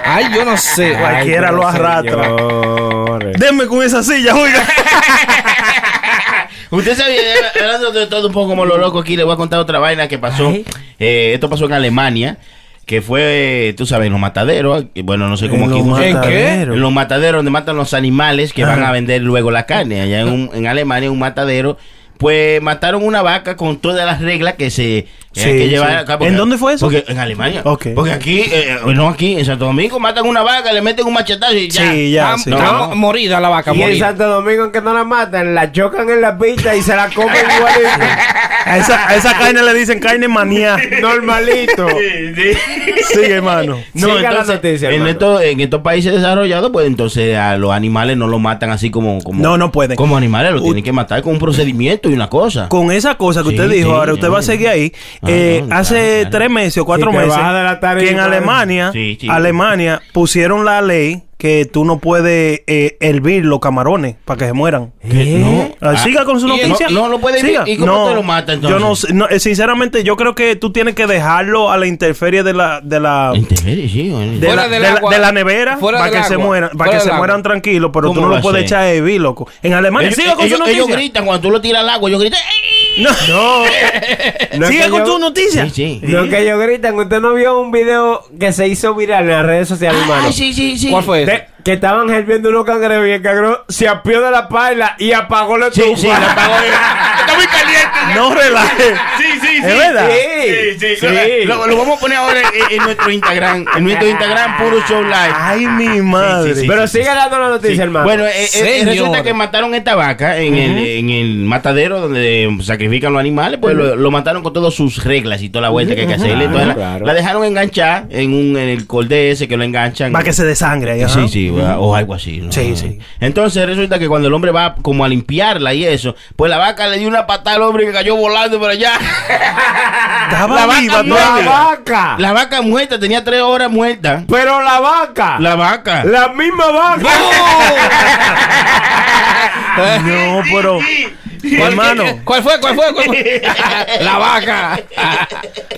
S3: Ay, yo no sé.
S4: Cualquiera lo arrastra.
S5: Señores.
S4: Denme con esa silla, oiga.
S6: Usted sabía, eh, hablando de todo un poco como lo loco aquí, le voy a contar otra vaina que pasó. Eh, esto pasó en Alemania, que fue, tú sabes, en los mataderos. eh, Bueno, no sé cómo aquí.
S3: ¿En qué?
S6: En los mataderos donde matan los animales que van
S4: Ajá.
S6: a vender luego la carne. Allá en, un- en Alemania, en un matadero, pues mataron una vaca con todas las reglas que se que hay
S4: Sí,
S6: que llevar
S4: sí.
S6: a cabo.
S4: ¿En
S6: Porque-
S4: dónde fue eso?
S6: Porque en Alemania.
S4: Ok.
S6: Porque aquí, eh, no aquí, en Santo Domingo, matan una vaca, le meten un machetazo y ya.
S4: Sí,
S3: Está-
S4: ya. sí.
S3: está
S6: No.
S3: morida la vaca,
S5: Y en
S3: morida.
S5: Santo Domingo que no la matan, la chocan en la pista y se la comen igualito.
S4: A, esa, a esa carne le dicen carne manía.
S5: Normalito.
S4: Sigue, hermano.
S6: No,
S5: Siga la
S6: entonces,
S5: noticia,
S6: en,
S5: hermano.
S6: estos, en estos países desarrollados, pues entonces a los animales no los matan así como... como
S4: No, no pueden.
S6: Como animales, los
S4: U-
S6: tienen que matar con un procedimiento y una cosa.
S4: Con esa cosa que
S6: Sí,
S4: usted dijo,
S6: sí,
S4: ahora usted
S6: sí.
S4: va a seguir ahí.
S6: Ah,
S4: Eh,
S6: no, claro,
S4: hace
S6: claro.
S4: tres meses o cuatro
S5: Si te
S4: meses
S5: bajas de la tarima,
S4: que en Alemania,
S6: Sí, sí.
S4: Alemania pusieron la ley que tú no puedes eh, hervir los camarones para que se mueran.
S5: ¿Eh?
S4: Ah,
S6: Ah,
S4: siga con su
S3: ¿y el-
S4: noticia.
S6: no- no lo puede
S4: Siga.
S6: hervir? ¿Y cómo te lo mata, entonces?
S4: Yo no, sé, no, eh, sinceramente, yo creo que tú tienes que dejarlo a la interferia de la, de la,
S6: Interferir, sí, bueno.
S4: de
S3: Fuera
S4: la,
S3: del
S4: de la-
S3: agua.
S4: de la nevera
S3: Fuera
S4: para
S3: del
S4: que se
S3: agua.
S4: mueran, para
S3: Fuera
S4: que
S3: del
S4: se
S3: agua.
S4: mueran tranquilos, pero tú
S6: ¿Cómo
S4: no
S6: va
S4: lo
S6: a
S4: puedes
S6: ser?
S4: echar a hervir, loco. En Alemania,
S6: ellos,
S4: siga con
S6: ellos-
S4: su
S6: ellos
S4: noticia.
S6: gritan, cuando tú lo tiras al agua, ellos gritan... "Ey".
S4: No,
S5: No es
S4: siga
S5: que
S4: con
S5: yo-
S4: tu noticia.
S6: Sí, sí.
S5: Lo que ellos gritan, usted no vio un video que se hizo viral en las redes sociales, hermano.
S6: Ah, Ay, sí, sí, sí.
S3: ¿Cuál fue eso?
S5: De- que estaban hirviendo unos cangrejos y el cangrejo se apió de la paila y apagó la
S6: Sí,
S5: estufa.
S6: sí, la apagó.
S1: Está muy caliente.
S4: No relaje.
S1: Sí, sí, sí.
S4: ¿Es verdad?
S5: Sí,
S1: Sí, sí,
S6: Lo, lo vamos a poner ahora en, en nuestro Instagram. En nuestro Instagram, puro show live.
S4: Ay, mi madre.
S6: sí, sí.
S5: Pero sigue dando la noticia,
S6: Sí.
S5: hermano.
S6: Bueno, eh, eh,
S3: Señor.
S6: resulta que mataron esta vaca en, el, en el matadero donde sacrifican los animales, pues lo, lo mataron con todas sus reglas y toda la vuelta que hay que hacerle. Entonces, la-
S5: claro.
S6: la, dejaron enganchar en, un, en el cordé ese que lo enganchan.
S4: Para que se desangre ahí, ajá.
S6: Sí, sí, o algo así. ¿no?
S4: Sí, sí.
S6: Entonces resulta que cuando el hombre va como a limpiarla y eso, pues la vaca le dio una patada al hombre que cayó volando para allá.
S4: Estaba
S6: La vaca
S4: viva
S6: muerta.
S5: la
S4: todavía.
S5: vaca.
S6: La vaca muerta, tenía tres horas muerta.
S5: pero la
S4: Ah.
S5: vaca. La,
S6: La vaca.
S5: misma vaca.
S3: ¡Oh!
S4: No, pero. Hermano.
S3: ¿Cuál fue? ¿Cuál fue? ¿Cuál fue? la vaca.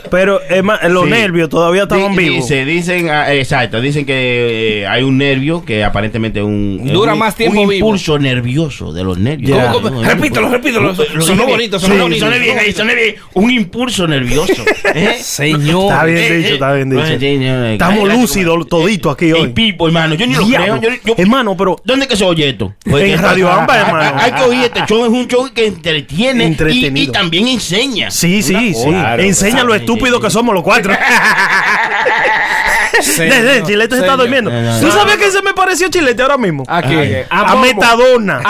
S4: Pero herma- los
S6: Sí.
S4: nervios todavía estaban
S6: Di-
S4: vivos.
S6: Dice, dicen, ah, exacto, dicen que eh, hay un nervio que aparentemente es un es
S3: Dura
S6: un-
S3: más tiempo
S6: un
S3: vivo.
S6: impulso nervioso de los nervios.
S3: ¿Cómo, cómo? Repítelo, repítelo. Sonó
S6: dije bien.
S3: bonito, sonó
S6: Sí,
S3: bonito.
S6: Soné bien ahí, soné bien. Un impulso nervioso. ¿eh?
S3: Señor.
S4: Está bien dicho, está bien dicho. Estamos lúcidos todito aquí
S6: eh, El
S4: hoy.
S6: pipo, hermano, yo ni lo
S4: Diablo.
S6: creo. yo- yo-
S4: Hermano, pero
S6: ¿Dónde que se oye esto?
S4: En Radio Amba, hermano.
S6: Hay que oír este show, es un show que entretiene y- y,
S4: Entretenido.
S6: también enseña.
S4: sí, sí, sí.
S6: claro,
S4: Enseña
S6: claro.
S4: lo estúpido que somos los cuatro. Desde Chilete se está
S3: señor.
S4: durmiendo.
S6: Eh,
S4: ¿Tú sabes qué se me pareció Chilete ahora mismo?
S3: ¿A
S5: Ah,
S3: qué?
S4: A Metadona.
S5: Eh,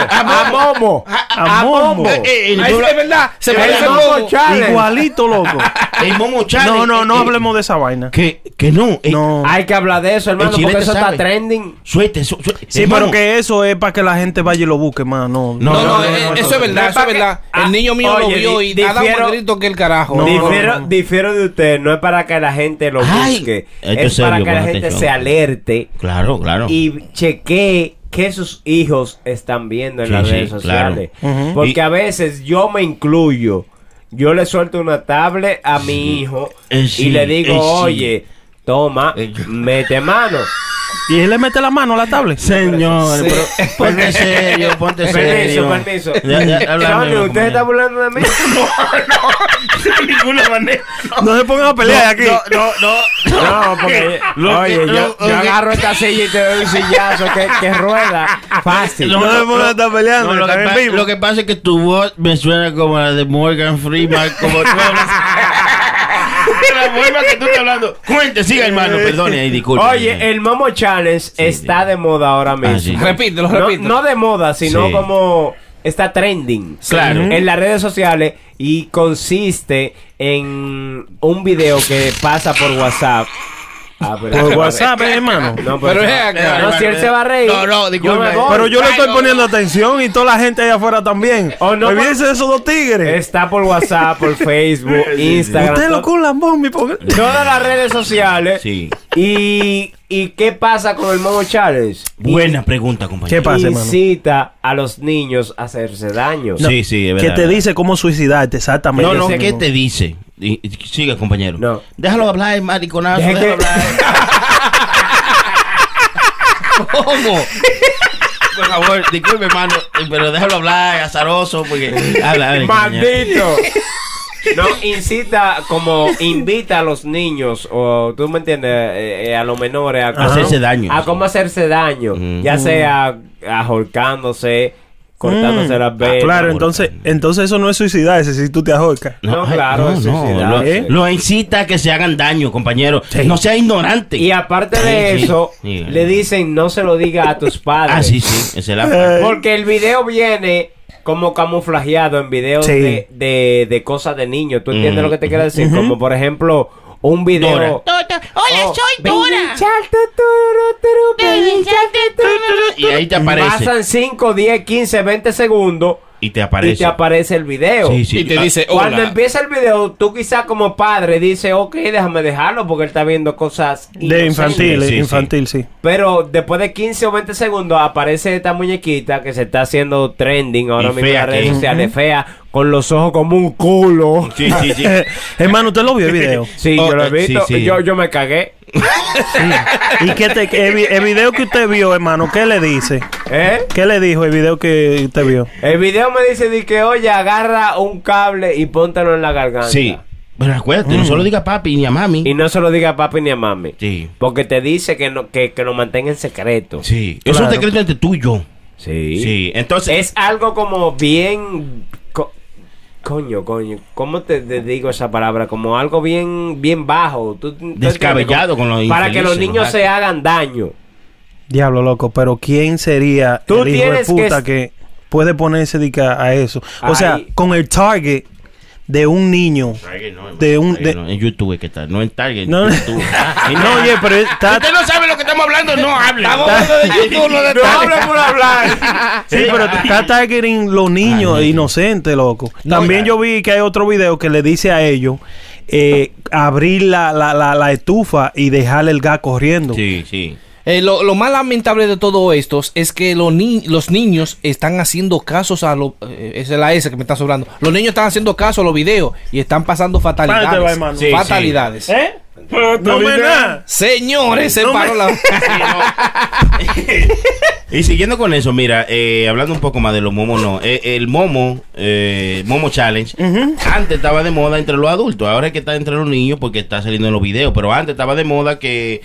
S5: A Momo. A Momo.
S4: A Momo.
S6: Eh, eh, el,
S3: Ahí sí, es verdad. Se parece
S5: El Momo
S3: como...
S5: Challenge.
S4: Igualito, loco.
S6: el Momo Challenge,
S4: No, no, no
S6: eh,
S4: hablemos de esa vaina.
S6: Que, que no. eh,
S4: No.
S5: Hay que hablar de eso, hermano,
S6: El chilete
S5: porque eso
S6: sabe.
S5: está trending.
S6: Suerte, su- suerte.
S4: Sí,
S6: Hermano,
S4: pero que eso es para que la gente vaya y lo busque, más. No,
S6: No,
S3: No, no,
S6: no,
S3: eh,
S6: no,
S3: eso
S6: no,
S3: es verdad,
S5: no,
S3: eso es
S5: para que-
S3: verdad.
S5: ah,
S3: El niño mío lo
S5: oye,
S3: vio
S5: di-
S3: y nada
S5: difiero-
S3: más grito que el carajo.
S4: No,
S5: difiero,
S4: no, no.
S5: difiero de usted, no es para que la gente lo
S6: Ay,
S5: busque,
S6: esto
S5: es
S6: es
S5: para
S6: serio,
S5: que la
S6: ponete
S5: gente
S6: show.
S5: se alerte
S6: Claro, claro.
S5: y chequee que sus hijos están viendo en
S6: Sí,
S5: las
S6: sí,
S5: redes sociales.
S4: claro. Ujú.
S5: Porque
S6: Y-
S5: a veces yo me incluyo, yo le suelto una tablet a mi hijo
S6: eh, sí,
S5: y le digo,
S6: eh, sí.
S5: oye, toma,
S6: Eh, yo-
S5: mete mano.
S4: Y él le mete la mano a la tablet.
S6: Señor,
S3: Sí.
S6: pero- ponte serio, ponte
S5: Permiso,
S6: serio.
S5: permiso.
S6: Ya, ya, háblame,
S5: Sony, ¿usted
S6: compañero.
S5: está burlando de mí?
S1: De ninguna manera.
S4: No se pongan a pelear aquí.
S6: No, no,
S5: No, porque
S6: que-
S5: oye, yo,
S6: lo-
S5: yo
S6: lo que-
S5: agarro esta silla y te doy un sillazo que, que rueda. Fácil.
S4: No se pongan a estar peleando.
S6: No, lo, que
S4: están en
S6: pa-
S4: vivo.
S6: lo que pasa es que tu voz me suena como la de Morgan Freeman, como tú hablas. De la forma que tú estás hablando. Cuente, siga, hermano. Perdone, ahí, disculpe.
S5: Oye, el Momo Challenge está
S6: sí. Ah,
S5: de moda ahora mismo.
S6: sí.
S3: Repítelo,
S5: No-
S3: repítelo.
S5: No, de moda, sino
S6: Sí.
S5: como está trending.
S6: Claro.
S5: En las redes sociales y consiste en un video que pasa por WhatsApp. Ah, pero-
S4: Por WhatsApp, eh, hermano.
S5: No,
S3: Pero es acá.
S5: No, si él se va a reír.
S6: No, no, disculpe.
S5: yo me voy.
S4: Pero yo le
S6: Oh, Ay,
S4: estoy
S6: no.
S4: poniendo atención y toda la gente allá afuera también.
S5: Oh, no,
S4: Olvídense de esos dos tigres.
S5: Está por WhatsApp, por Facebook, Instagram.
S4: Usted lo
S5: todo-
S4: con la bomba y ponga-
S5: Todas las redes sociales.
S6: Sí.
S5: Y, ¿Y qué pasa con el Momo Challenge?
S6: Buena pregunta, compañero.
S4: ¿Qué pasa, hermano?
S5: Incita a los niños a hacerse daño.
S4: No,
S6: Sí, sí, es
S4: Que
S6: verdad.
S4: te dice cómo suicidarte, exactamente.
S6: No, no,
S5: Ese-
S6: ¿qué te dice? Y- y- Siga, compañero.
S5: No.
S6: Déjalo hablar, eh, mariconazo.
S5: Deje
S6: Déjalo
S5: que-
S6: hablar. eh.
S3: ¿Cómo?
S6: Por favor, disculpe, hermano. Eh, Pero déjalo hablar, azaroso, porque. Habla, habla, compañero.
S5: ¡Maldito! No, incita, como invita a los niños, o tú me entiendes, Eh, eh, a los menores a cómo-
S6: hacerse daño.
S5: A cómo hacerse daño,
S6: Mm.
S5: ya sea ahorcándose, cortándose
S4: Mm.
S5: las venas.
S4: Claro, entonces, entonces eso no es suicidarse si tú te ahorcas.
S5: No, claro,
S6: ay,
S5: es
S6: no,
S5: suicidarse.
S6: lo, lo incita a que se hagan daño, compañero. No sea ignorante.
S5: Y aparte de
S6: Sí, sí.
S5: eso,
S6: Sí.
S5: le dicen no se lo diga a tus padres.
S6: Ah, sí, sí. Esa es la parte.
S5: Porque el video viene como camuflajeado en videos
S4: Sí.
S5: de, de, de cosas de niños. ¿Tú entiendes
S6: Mm.
S5: lo que te quiero decir? Como por ejemplo, un video. Oh,
S6: Dora.
S5: Hola, soy
S3: Oh,
S5: Dora.
S6: Y ahí te aparece.
S5: Pasan 5, 10, 15, 20 segundos
S6: Y te aparece.
S5: y te aparece el video.
S6: Sí, sí.
S3: Y te
S6: Ah,
S3: dice,
S5: Cuando
S3: hola.
S5: empieza el video, tú quizás como padre dices, ok, déjame dejarlo porque él está viendo cosas
S4: De
S5: inocentes".
S4: infantil,
S6: Sí, sí,
S4: infantil, sí.
S5: Pero después de 15 o 20 segundos aparece esta muñequita que se está haciendo trending ahora
S6: Y
S5: mismo en
S6: fea
S5: las
S6: que
S5: redes
S6: es.
S5: sociales, fea, con los ojos como un culo.
S6: Sí, sí, sí.
S4: Eh, hermano, ¿usted lo vio el video?
S5: Sí,
S6: Oh,
S5: yo lo he
S6: eh,
S5: visto.
S6: sí, sí.
S5: Yo, yo me cagué.
S4: ¿Y qué te, el, vi- el video que usted vio, hermano, qué le dice?
S5: ¿Eh?
S4: ¿Qué le dijo el video que usted vio?
S5: El video me dice de que, oye, agarra un cable y póntalo en la garganta.
S6: Sí. Pero acuérdate, no solo diga a papi ni a mami.
S5: Y no se lo diga a papi ni a mami.
S6: Sí.
S5: Porque te dice que, no, que, que lo mantenga en secreto.
S6: Sí. Es un
S4: Claro.
S6: secreto entre tú y yo.
S5: Sí.
S6: Sí. Entonces.
S5: Es algo como bien... co- coño, coño. ¿Cómo te, te digo esa palabra? Como algo bien bien bajo. Tú- tú entiendes,
S6: Descabellado
S5: como-
S6: con los
S5: Para que los
S6: infelices,
S5: niños
S6: los
S5: se hagan daño.
S4: Diablo, loco, pero ¿quién sería
S5: Tú
S4: el hijo de
S5: tienes que
S4: puta
S5: es-
S4: que, puede ponerse dedica a eso? O
S5: Ay.
S4: sea, con el target de un niño.
S6: Target no, hermano,
S4: De un-
S6: Target
S4: de-
S6: no. En YouTube es que está. No en Target.
S4: No,
S6: en
S4: no.
S6: YouTube.
S4: no, oye, pero está...
S1: Usted no sabe lo que estamos hablando, no hable.
S3: Estamos hablando de YouTube, no de tal.
S5: por hablar.
S4: Sí, pero está targeting los niños
S6: Ay,
S4: inocentes, loco. También yo vi que hay otro video que le dice a ellos eh, abrir la, la, la, la estufa y dejarle el gas corriendo.
S6: Sí, sí.
S3: Eh, lo, lo más lamentable de todo esto es que los, ni- los niños están haciendo casos a los. esa es la S que me está sobrando. Los niños están haciendo caso a los videos y están pasando
S4: Párate,
S3: fatalidades.
S4: va, hermano.
S6: Sí, sí.
S3: fatalidades.
S4: ¿Eh? No me da.
S3: Señores, se
S4: No
S3: paró
S4: me-
S3: la.
S6: Y siguiendo con eso, mira, eh, hablando un poco más de los momos, no. Eh, el momo, eh, momo challenge, antes estaba de moda entre los adultos, ahora es que está entre los niños porque está saliendo en los videos, pero antes estaba de moda que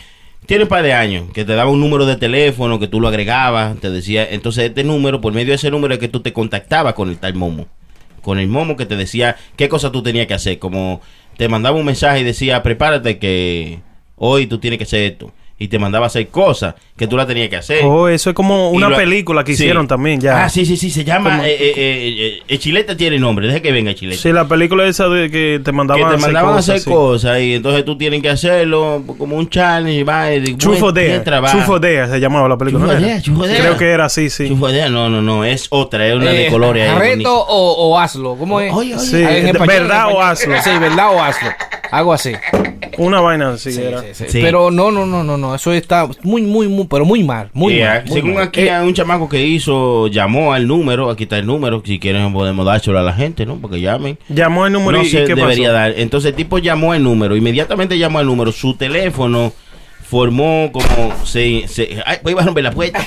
S6: tiene un par de años, que te daba un número de teléfono, que tú lo agregabas, te decía, entonces este número, por medio de ese número es que tú te contactabas con el tal momo, con el momo que te decía qué cosa tú tenías que hacer, como te mandaba un mensaje y decía, prepárate que hoy tú tienes que hacer esto. Y te mandaba a hacer cosas que tú las tenías que hacer.
S4: Oh, eso es como
S6: Y
S4: una
S6: lo-
S4: película que
S6: Sí.
S4: hicieron también ya.
S6: Ah, sí, sí, sí, se
S4: ¿Cómo?
S6: llama. eh, eh, eh, eh, eh, Chileta tiene nombre, deja que venga Chileta.
S4: Sí, la película esa de que te
S6: que
S4: mandaban,
S6: te mandaban a hacer
S4: sí.
S6: cosas y entonces tú tienes que hacerlo como un challenge. Va, y de- buen-
S4: Chufodea.
S6: buen trabajo.
S4: Chufodea se llamaba la película. ¿no era?
S6: Chufodea, chufodea.
S4: Creo que era así, sí.
S6: Chufodea, no, no, no, es otra, es una de
S3: Eh,
S6: colores. ahí,
S3: reto
S6: bonito.
S3: o, o hazlo. ¿Cómo es?
S6: Oye, oye.
S4: Sí,
S3: Ah, en
S4: de-
S3: español,
S4: verdad
S3: en
S4: o
S3: español.
S4: hazlo.
S3: Sí, verdad o hazlo. Algo así.
S4: Una vaina así era.
S3: Sí,
S6: Sí.
S3: Pero no, no, no, no, no. Eso está muy, muy, muy, pero muy mal. Muy
S6: Yeah,
S3: mal. muy
S6: ah, según
S3: mal.
S6: aquí
S3: Eh,
S6: hay un chamaco que hizo, llamó al número, aquí está el número, si quieren podemos dárselo a la gente, ¿no? Porque llamen.
S4: Llamó el número
S6: no
S4: y,
S6: se
S4: ¿y qué
S6: debería
S4: pasó.
S6: dar. Entonces el tipo llamó al número, inmediatamente llamó al número, su teléfono formó como se, se ay, voy a romper la puerta.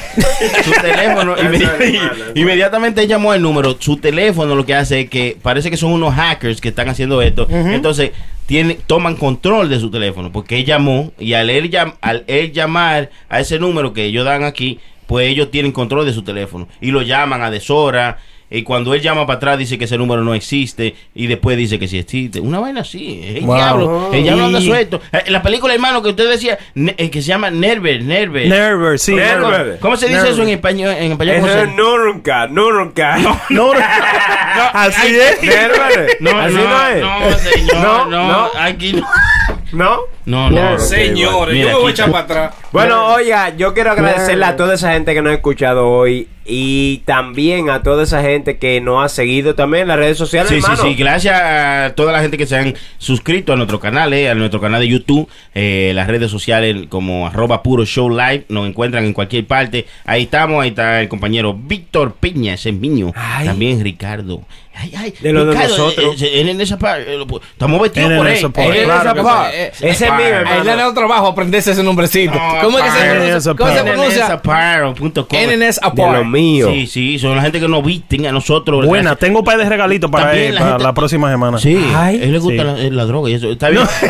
S6: su teléfono inmedi- inmediatamente llamó al número, su teléfono lo que hace es que parece que son unos hackers que están haciendo esto. Entonces tiene, toman control de su teléfono porque él llamó y al él, llam- al él llamar a ese número que ellos dan aquí, pues ellos tienen control de su teléfono y lo llaman a deshora. Y cuando él llama para atrás dice que ese número no existe y después dice que sí existe. Una vaina así. El
S4: Wow.
S6: diablo. El diablo anda
S4: Y-
S6: suelto. Eh, La película, hermano, que usted decía, ne- eh, que se llama Nerver, Nerver.
S4: Nerver, sí.
S5: Nerver.
S4: Nerver.
S6: ¿Cómo se dice eso en español? En español ¿cómo
S5: Eso
S6: se-
S5: es nunca, nunca.
S4: No, no. así es.
S5: Nervere.
S6: No,
S5: Así
S6: no,
S5: no es.
S6: no, señor,
S5: No,
S6: no,
S5: no.
S6: aquí no.
S5: ¿No?
S6: No, no.
S5: Nerver.
S3: Señores,
S6: Mira,
S3: yo me voy a
S6: aquí-
S3: echar para atrás.
S5: Bueno, oiga, yo quiero agradecerle a toda esa gente que nos ha escuchado hoy y también a toda esa gente que nos ha seguido también en las redes sociales,
S6: Sí, sí,
S5: hermano.
S6: sí. Gracias a toda la gente que se han suscrito a nuestro canal, eh, a nuestro canal de YouTube, eh, las redes sociales como arroba puro show live. Nos encuentran en cualquier parte. Ahí estamos, ahí está el compañero Víctor Piña, ese es mío.
S5: Ay.
S6: También Ricardo. Ay, ay,
S5: De lo de nosotros.
S6: eh, eh, en esa parte, eh, lo- estamos vestidos
S4: En
S6: por
S4: el
S6: él.
S4: soporte.
S6: Eh,
S5: Claro
S3: Esa
S5: que
S3: part.
S5: sí.
S3: Eh,
S5: Ese es mío,
S3: Ahí le ha
S5: hermano.
S3: dado trabajo aprenderse ese nombrecito.
S6: No,
S3: ¿Cómo es que se
S6: apart.
S3: pronuncia? ¿Cómo se
S4: Apart.
S3: pronuncia?
S6: NNSaparo.com.
S3: NNS
S5: De lo
S3: Apart.
S5: mío.
S6: Sí, sí, son la gente que nos visten a nosotros.
S4: Buena,
S6: Gracias.
S4: tengo un par de regalitos para
S6: También
S4: él,
S6: la
S4: para
S6: gente-
S4: la próxima semana.
S6: Sí,
S5: Ay.
S6: a él le gusta
S4: Sí.
S6: la, la droga y eso. Está bien. Eh,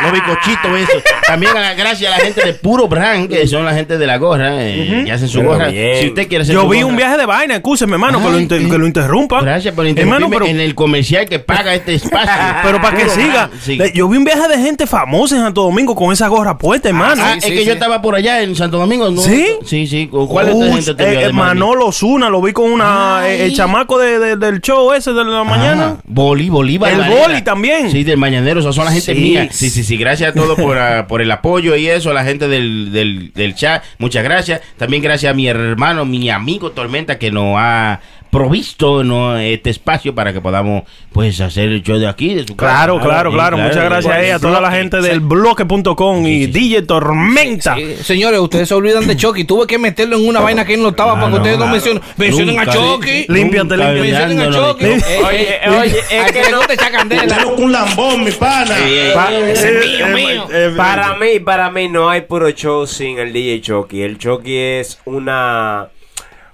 S6: Los bicochitos, eso. También a la, gracias a la gente de Puro Brand, que son la gente de la gorra, eh, que hacen su
S5: Pero
S6: gorra.
S5: bien.
S6: Si usted quiere hacer
S4: Yo
S6: su
S4: vi
S6: gorra-
S4: un viaje de vaina, escúcheme, hermano, que
S6: Ay,
S4: lo, inter-
S6: eh.
S4: que lo interrumpa.
S6: Gracias por interrumpirme
S4: Hermano, pero,
S6: en el comercial que paga este espacio.
S4: pero para que
S6: Puro
S4: siga.
S6: Brand, sí.
S4: le- Yo vi un viaje de gente famosa en Santo Domingo con esa gorra puesta, hermano.
S6: Ah, es
S3: sí,
S6: que
S3: sí.
S6: yo estaba por allá en Santo Domingo. ¿no?
S4: ¿Sí?
S6: Sí, sí. ¿Cuál
S4: Uy,
S6: es gente te
S4: eh,
S6: vio
S4: eh,
S6: de Madrid?
S4: Manolo Zuna, lo vi con una eh, el chamaco de, de- del show ese de la mañana.
S6: Ah, boli, Bolívar.
S4: El
S6: Varela.
S4: boli también.
S6: Sí, del Mañanero. Esas son la gente
S4: Sí.
S6: mía. Sí, sí, sí. Gracias a todos por, ah, por el apoyo y eso. A la gente del, del, del chat. Muchas gracias. También gracias a mi hermano, mi amigo Tormenta, que nos ha provisto ¿no? este espacio para que podamos pues hacer el show de aquí, de su casa. Ah,
S4: Claro, claro,
S6: Sí,
S4: claro. Muchas gracias a ella, a toda la gente del bloque.com y DJ Tormenta.
S3: Sí, señores, ustedes se olvidan de Chucky. Tuve que meterlo en una vaina que él no estaba para que Ah, ustedes no, mencionen. Mencionen a
S6: Nunca,
S3: Chucky.
S4: Límpiate,
S6: nunca
S4: límpiate.
S3: Mencionen a
S6: olvidándonos
S3: Chucky.
S6: de-
S3: Eh,
S5: Oye,
S3: eh,
S5: oye, es
S3: al
S5: que
S3: le
S5: no-
S3: guste echar candela.
S1: un lambón, mi pana.
S5: Pa-
S4: Eh,
S3: mío, mío.
S5: Para mí, para mí no hay puro show sin el DJ Chucky. El Chucky es una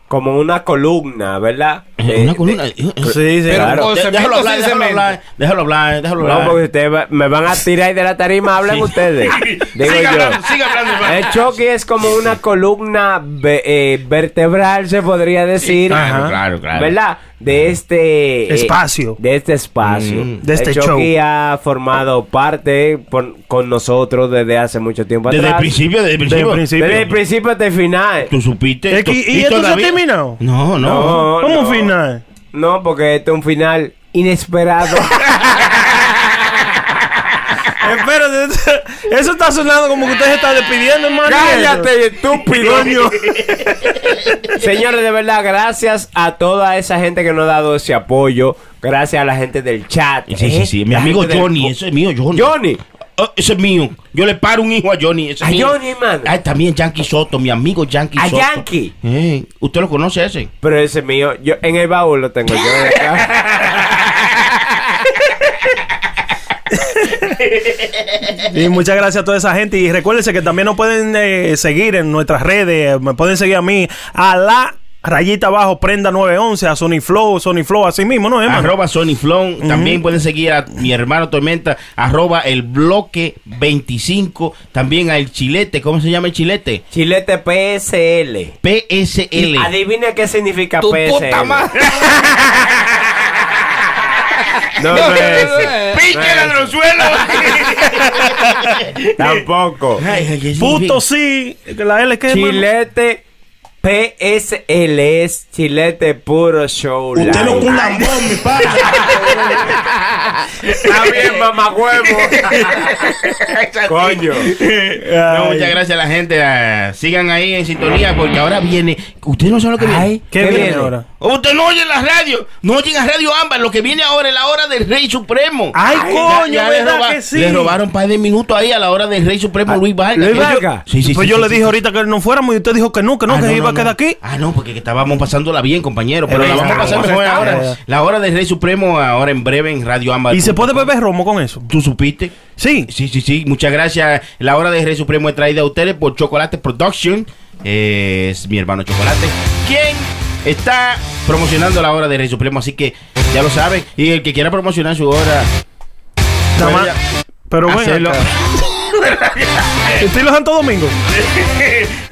S5: como una columna, ¿verdad?
S6: Eh,
S5: De-
S6: Una columna. eh,
S4: Sí, sí,
S6: eh,
S3: Pero
S4: claro.
S3: con
S6: de-
S3: cemento
S6: Déjalo hablar,
S3: sin
S6: déjalo
S3: cemento.
S6: hablar, déjalo hablar, déjalo
S5: No,
S6: hablar.
S5: porque ustedes va- me van a tirar de la tarima, hablan ustedes. Digo
S6: Siga
S5: yo.
S6: hablando, siga hablando, hermano.
S5: El Chucky es como una columna ve- eh, vertebral, se podría decir.
S6: Claro, claro, claro.
S5: ¿Verdad? De este eh,
S4: Espacio.
S5: de este espacio.
S6: Mm.
S4: De este
S5: el Chucky ha formado parte por- con nosotros desde hace mucho tiempo
S6: Desde el
S5: atrás.
S6: principio, desde el principio.
S4: principio.
S5: Desde el principio hasta el final.
S6: Tú supiste.
S4: Es que-
S6: tú-
S4: eh, ¿y esto se ha
S6: todavía-
S4: terminado?
S6: No, no.
S5: No,
S4: ¿Cómo
S5: no.
S4: final?
S5: No, porque este es un final inesperado.
S4: Espérate, eso está sonando como que usted se está despidiendo, hermano.
S5: ¡Cállate, estúpido! Señores, de verdad, gracias a toda esa gente que nos ha dado ese apoyo. Gracias a la gente del chat.
S6: Sí, sí,
S5: ¿eh?
S6: sí. Mi
S5: La
S6: amigo
S5: gente del-
S6: Johnny, eso es mío, Johnny.
S5: Johnny.
S6: oh, ese es mío. Yo le paro un hijo a Johnny. ese es
S5: A
S6: mío.
S5: Johnny, hermano.
S6: Ay, también Yankee Soto, mi amigo Yankee
S5: A
S6: Soto.
S5: Yankee.
S6: Eh, ¿Usted lo conoce ese?
S5: Pero ese es mío, yo en el baúl lo tengo yo. ¿verdad?
S4: Y muchas gracias a toda esa gente. Y recuérdense que también nos pueden eh, seguir en nuestras redes. Me pueden seguir a mí, a la rayita abajo, prenda 911, a Sony Flow, Sony Flow, así mismo, ¿no, hermano?
S6: Arroba Sony Flon. También pueden seguir a mi hermano Tormenta. Arroba el bloque 25. También al chilete. ¿Cómo se llama el chilete?
S5: Chilete PSL.
S6: PSL.
S5: Adivina qué significa
S3: Tu
S5: PSL.
S3: puta madre.
S5: No, no es.
S1: ¡Pique ladronzuelo!
S5: Tampoco.
S6: Ay, ay, ay,
S4: Puto sí, que la L que es, hermano.
S5: Chilete PSL es Chilete Puro Show.
S6: Usted
S5: Live.
S6: lo culambón, mi padre.
S5: Está bien, mamagüevo. Coño.
S6: No, muchas gracias a la gente. Ah, Sigan ahí en sintonía porque ahora viene. Ustedes no saben lo que
S5: Ay,
S6: viene.
S4: ¿Qué,
S5: ¿Qué
S4: viene
S5: viene?
S4: ahora?
S6: Usted no oye la radio. No oyen a Radio Ámbar. Lo que viene ahora es la hora del Rey Supremo.
S4: Ay, coño,
S6: le,
S4: ¿verdad que sí? Ah,
S6: le robaron un par de minutos ahí a la hora del Rey Supremo Luis Vargas.
S5: Luis
S6: Que yo-
S5: Vargas.
S6: Sí, sí,
S4: pues
S6: sí,
S4: yo
S6: sí,
S4: le
S6: sí,
S4: dije
S6: sí.
S4: ahorita que no fuéramos y usted dijo que no, que no,
S6: Ah,
S4: que se iba a
S6: no.
S4: quedar aquí. Eh,
S6: Ah, no, porque que estábamos pasándola bien, compañero. Pero
S4: Es
S6: la vamos a
S4: verdad,
S6: pasar
S4: vamos a
S6: mejor
S4: estar.
S6: ahora. La hora del Rey Supremo, ahora en breve en Radio Ámbar.
S4: eh, ¿Y se puede beber romo con eso?
S6: ¿Tú supiste?
S4: Sí.
S6: Sí, sí, sí. Muchas gracias. La hora de Rey Supremo es traída a ustedes por Chocolate Production. Eh, Es mi hermano Chocolate. ¿Quién? Está promocionando la hora de Rey Supremo, así que ya lo saben. Y el que quiera promocionar su hora,
S4: Nada más-
S6: ya.
S4: Pero bueno,
S6: hacerlo.
S4: estilo Santo Domingo.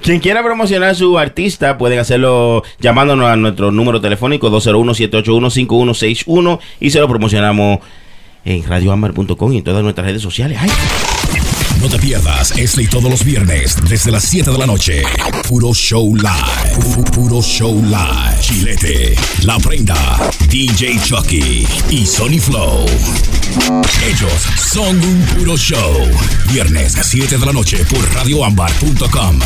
S6: Quien quiera promocionar a su artista, pueden hacerlo llamándonos a nuestro número telefónico 201-781-5161 y se lo promocionamos en radioamar.com y en todas nuestras redes sociales. ¡Ay!
S11: No te pierdas este y todos los viernes desde las 7 de la noche. Puro Show Live. Pu- Puro Show Live. Chilete, La Prenda, DJ Chucky y Sony Flow. Ellos son un puro show. Viernes 7 de la noche por radioambar.com.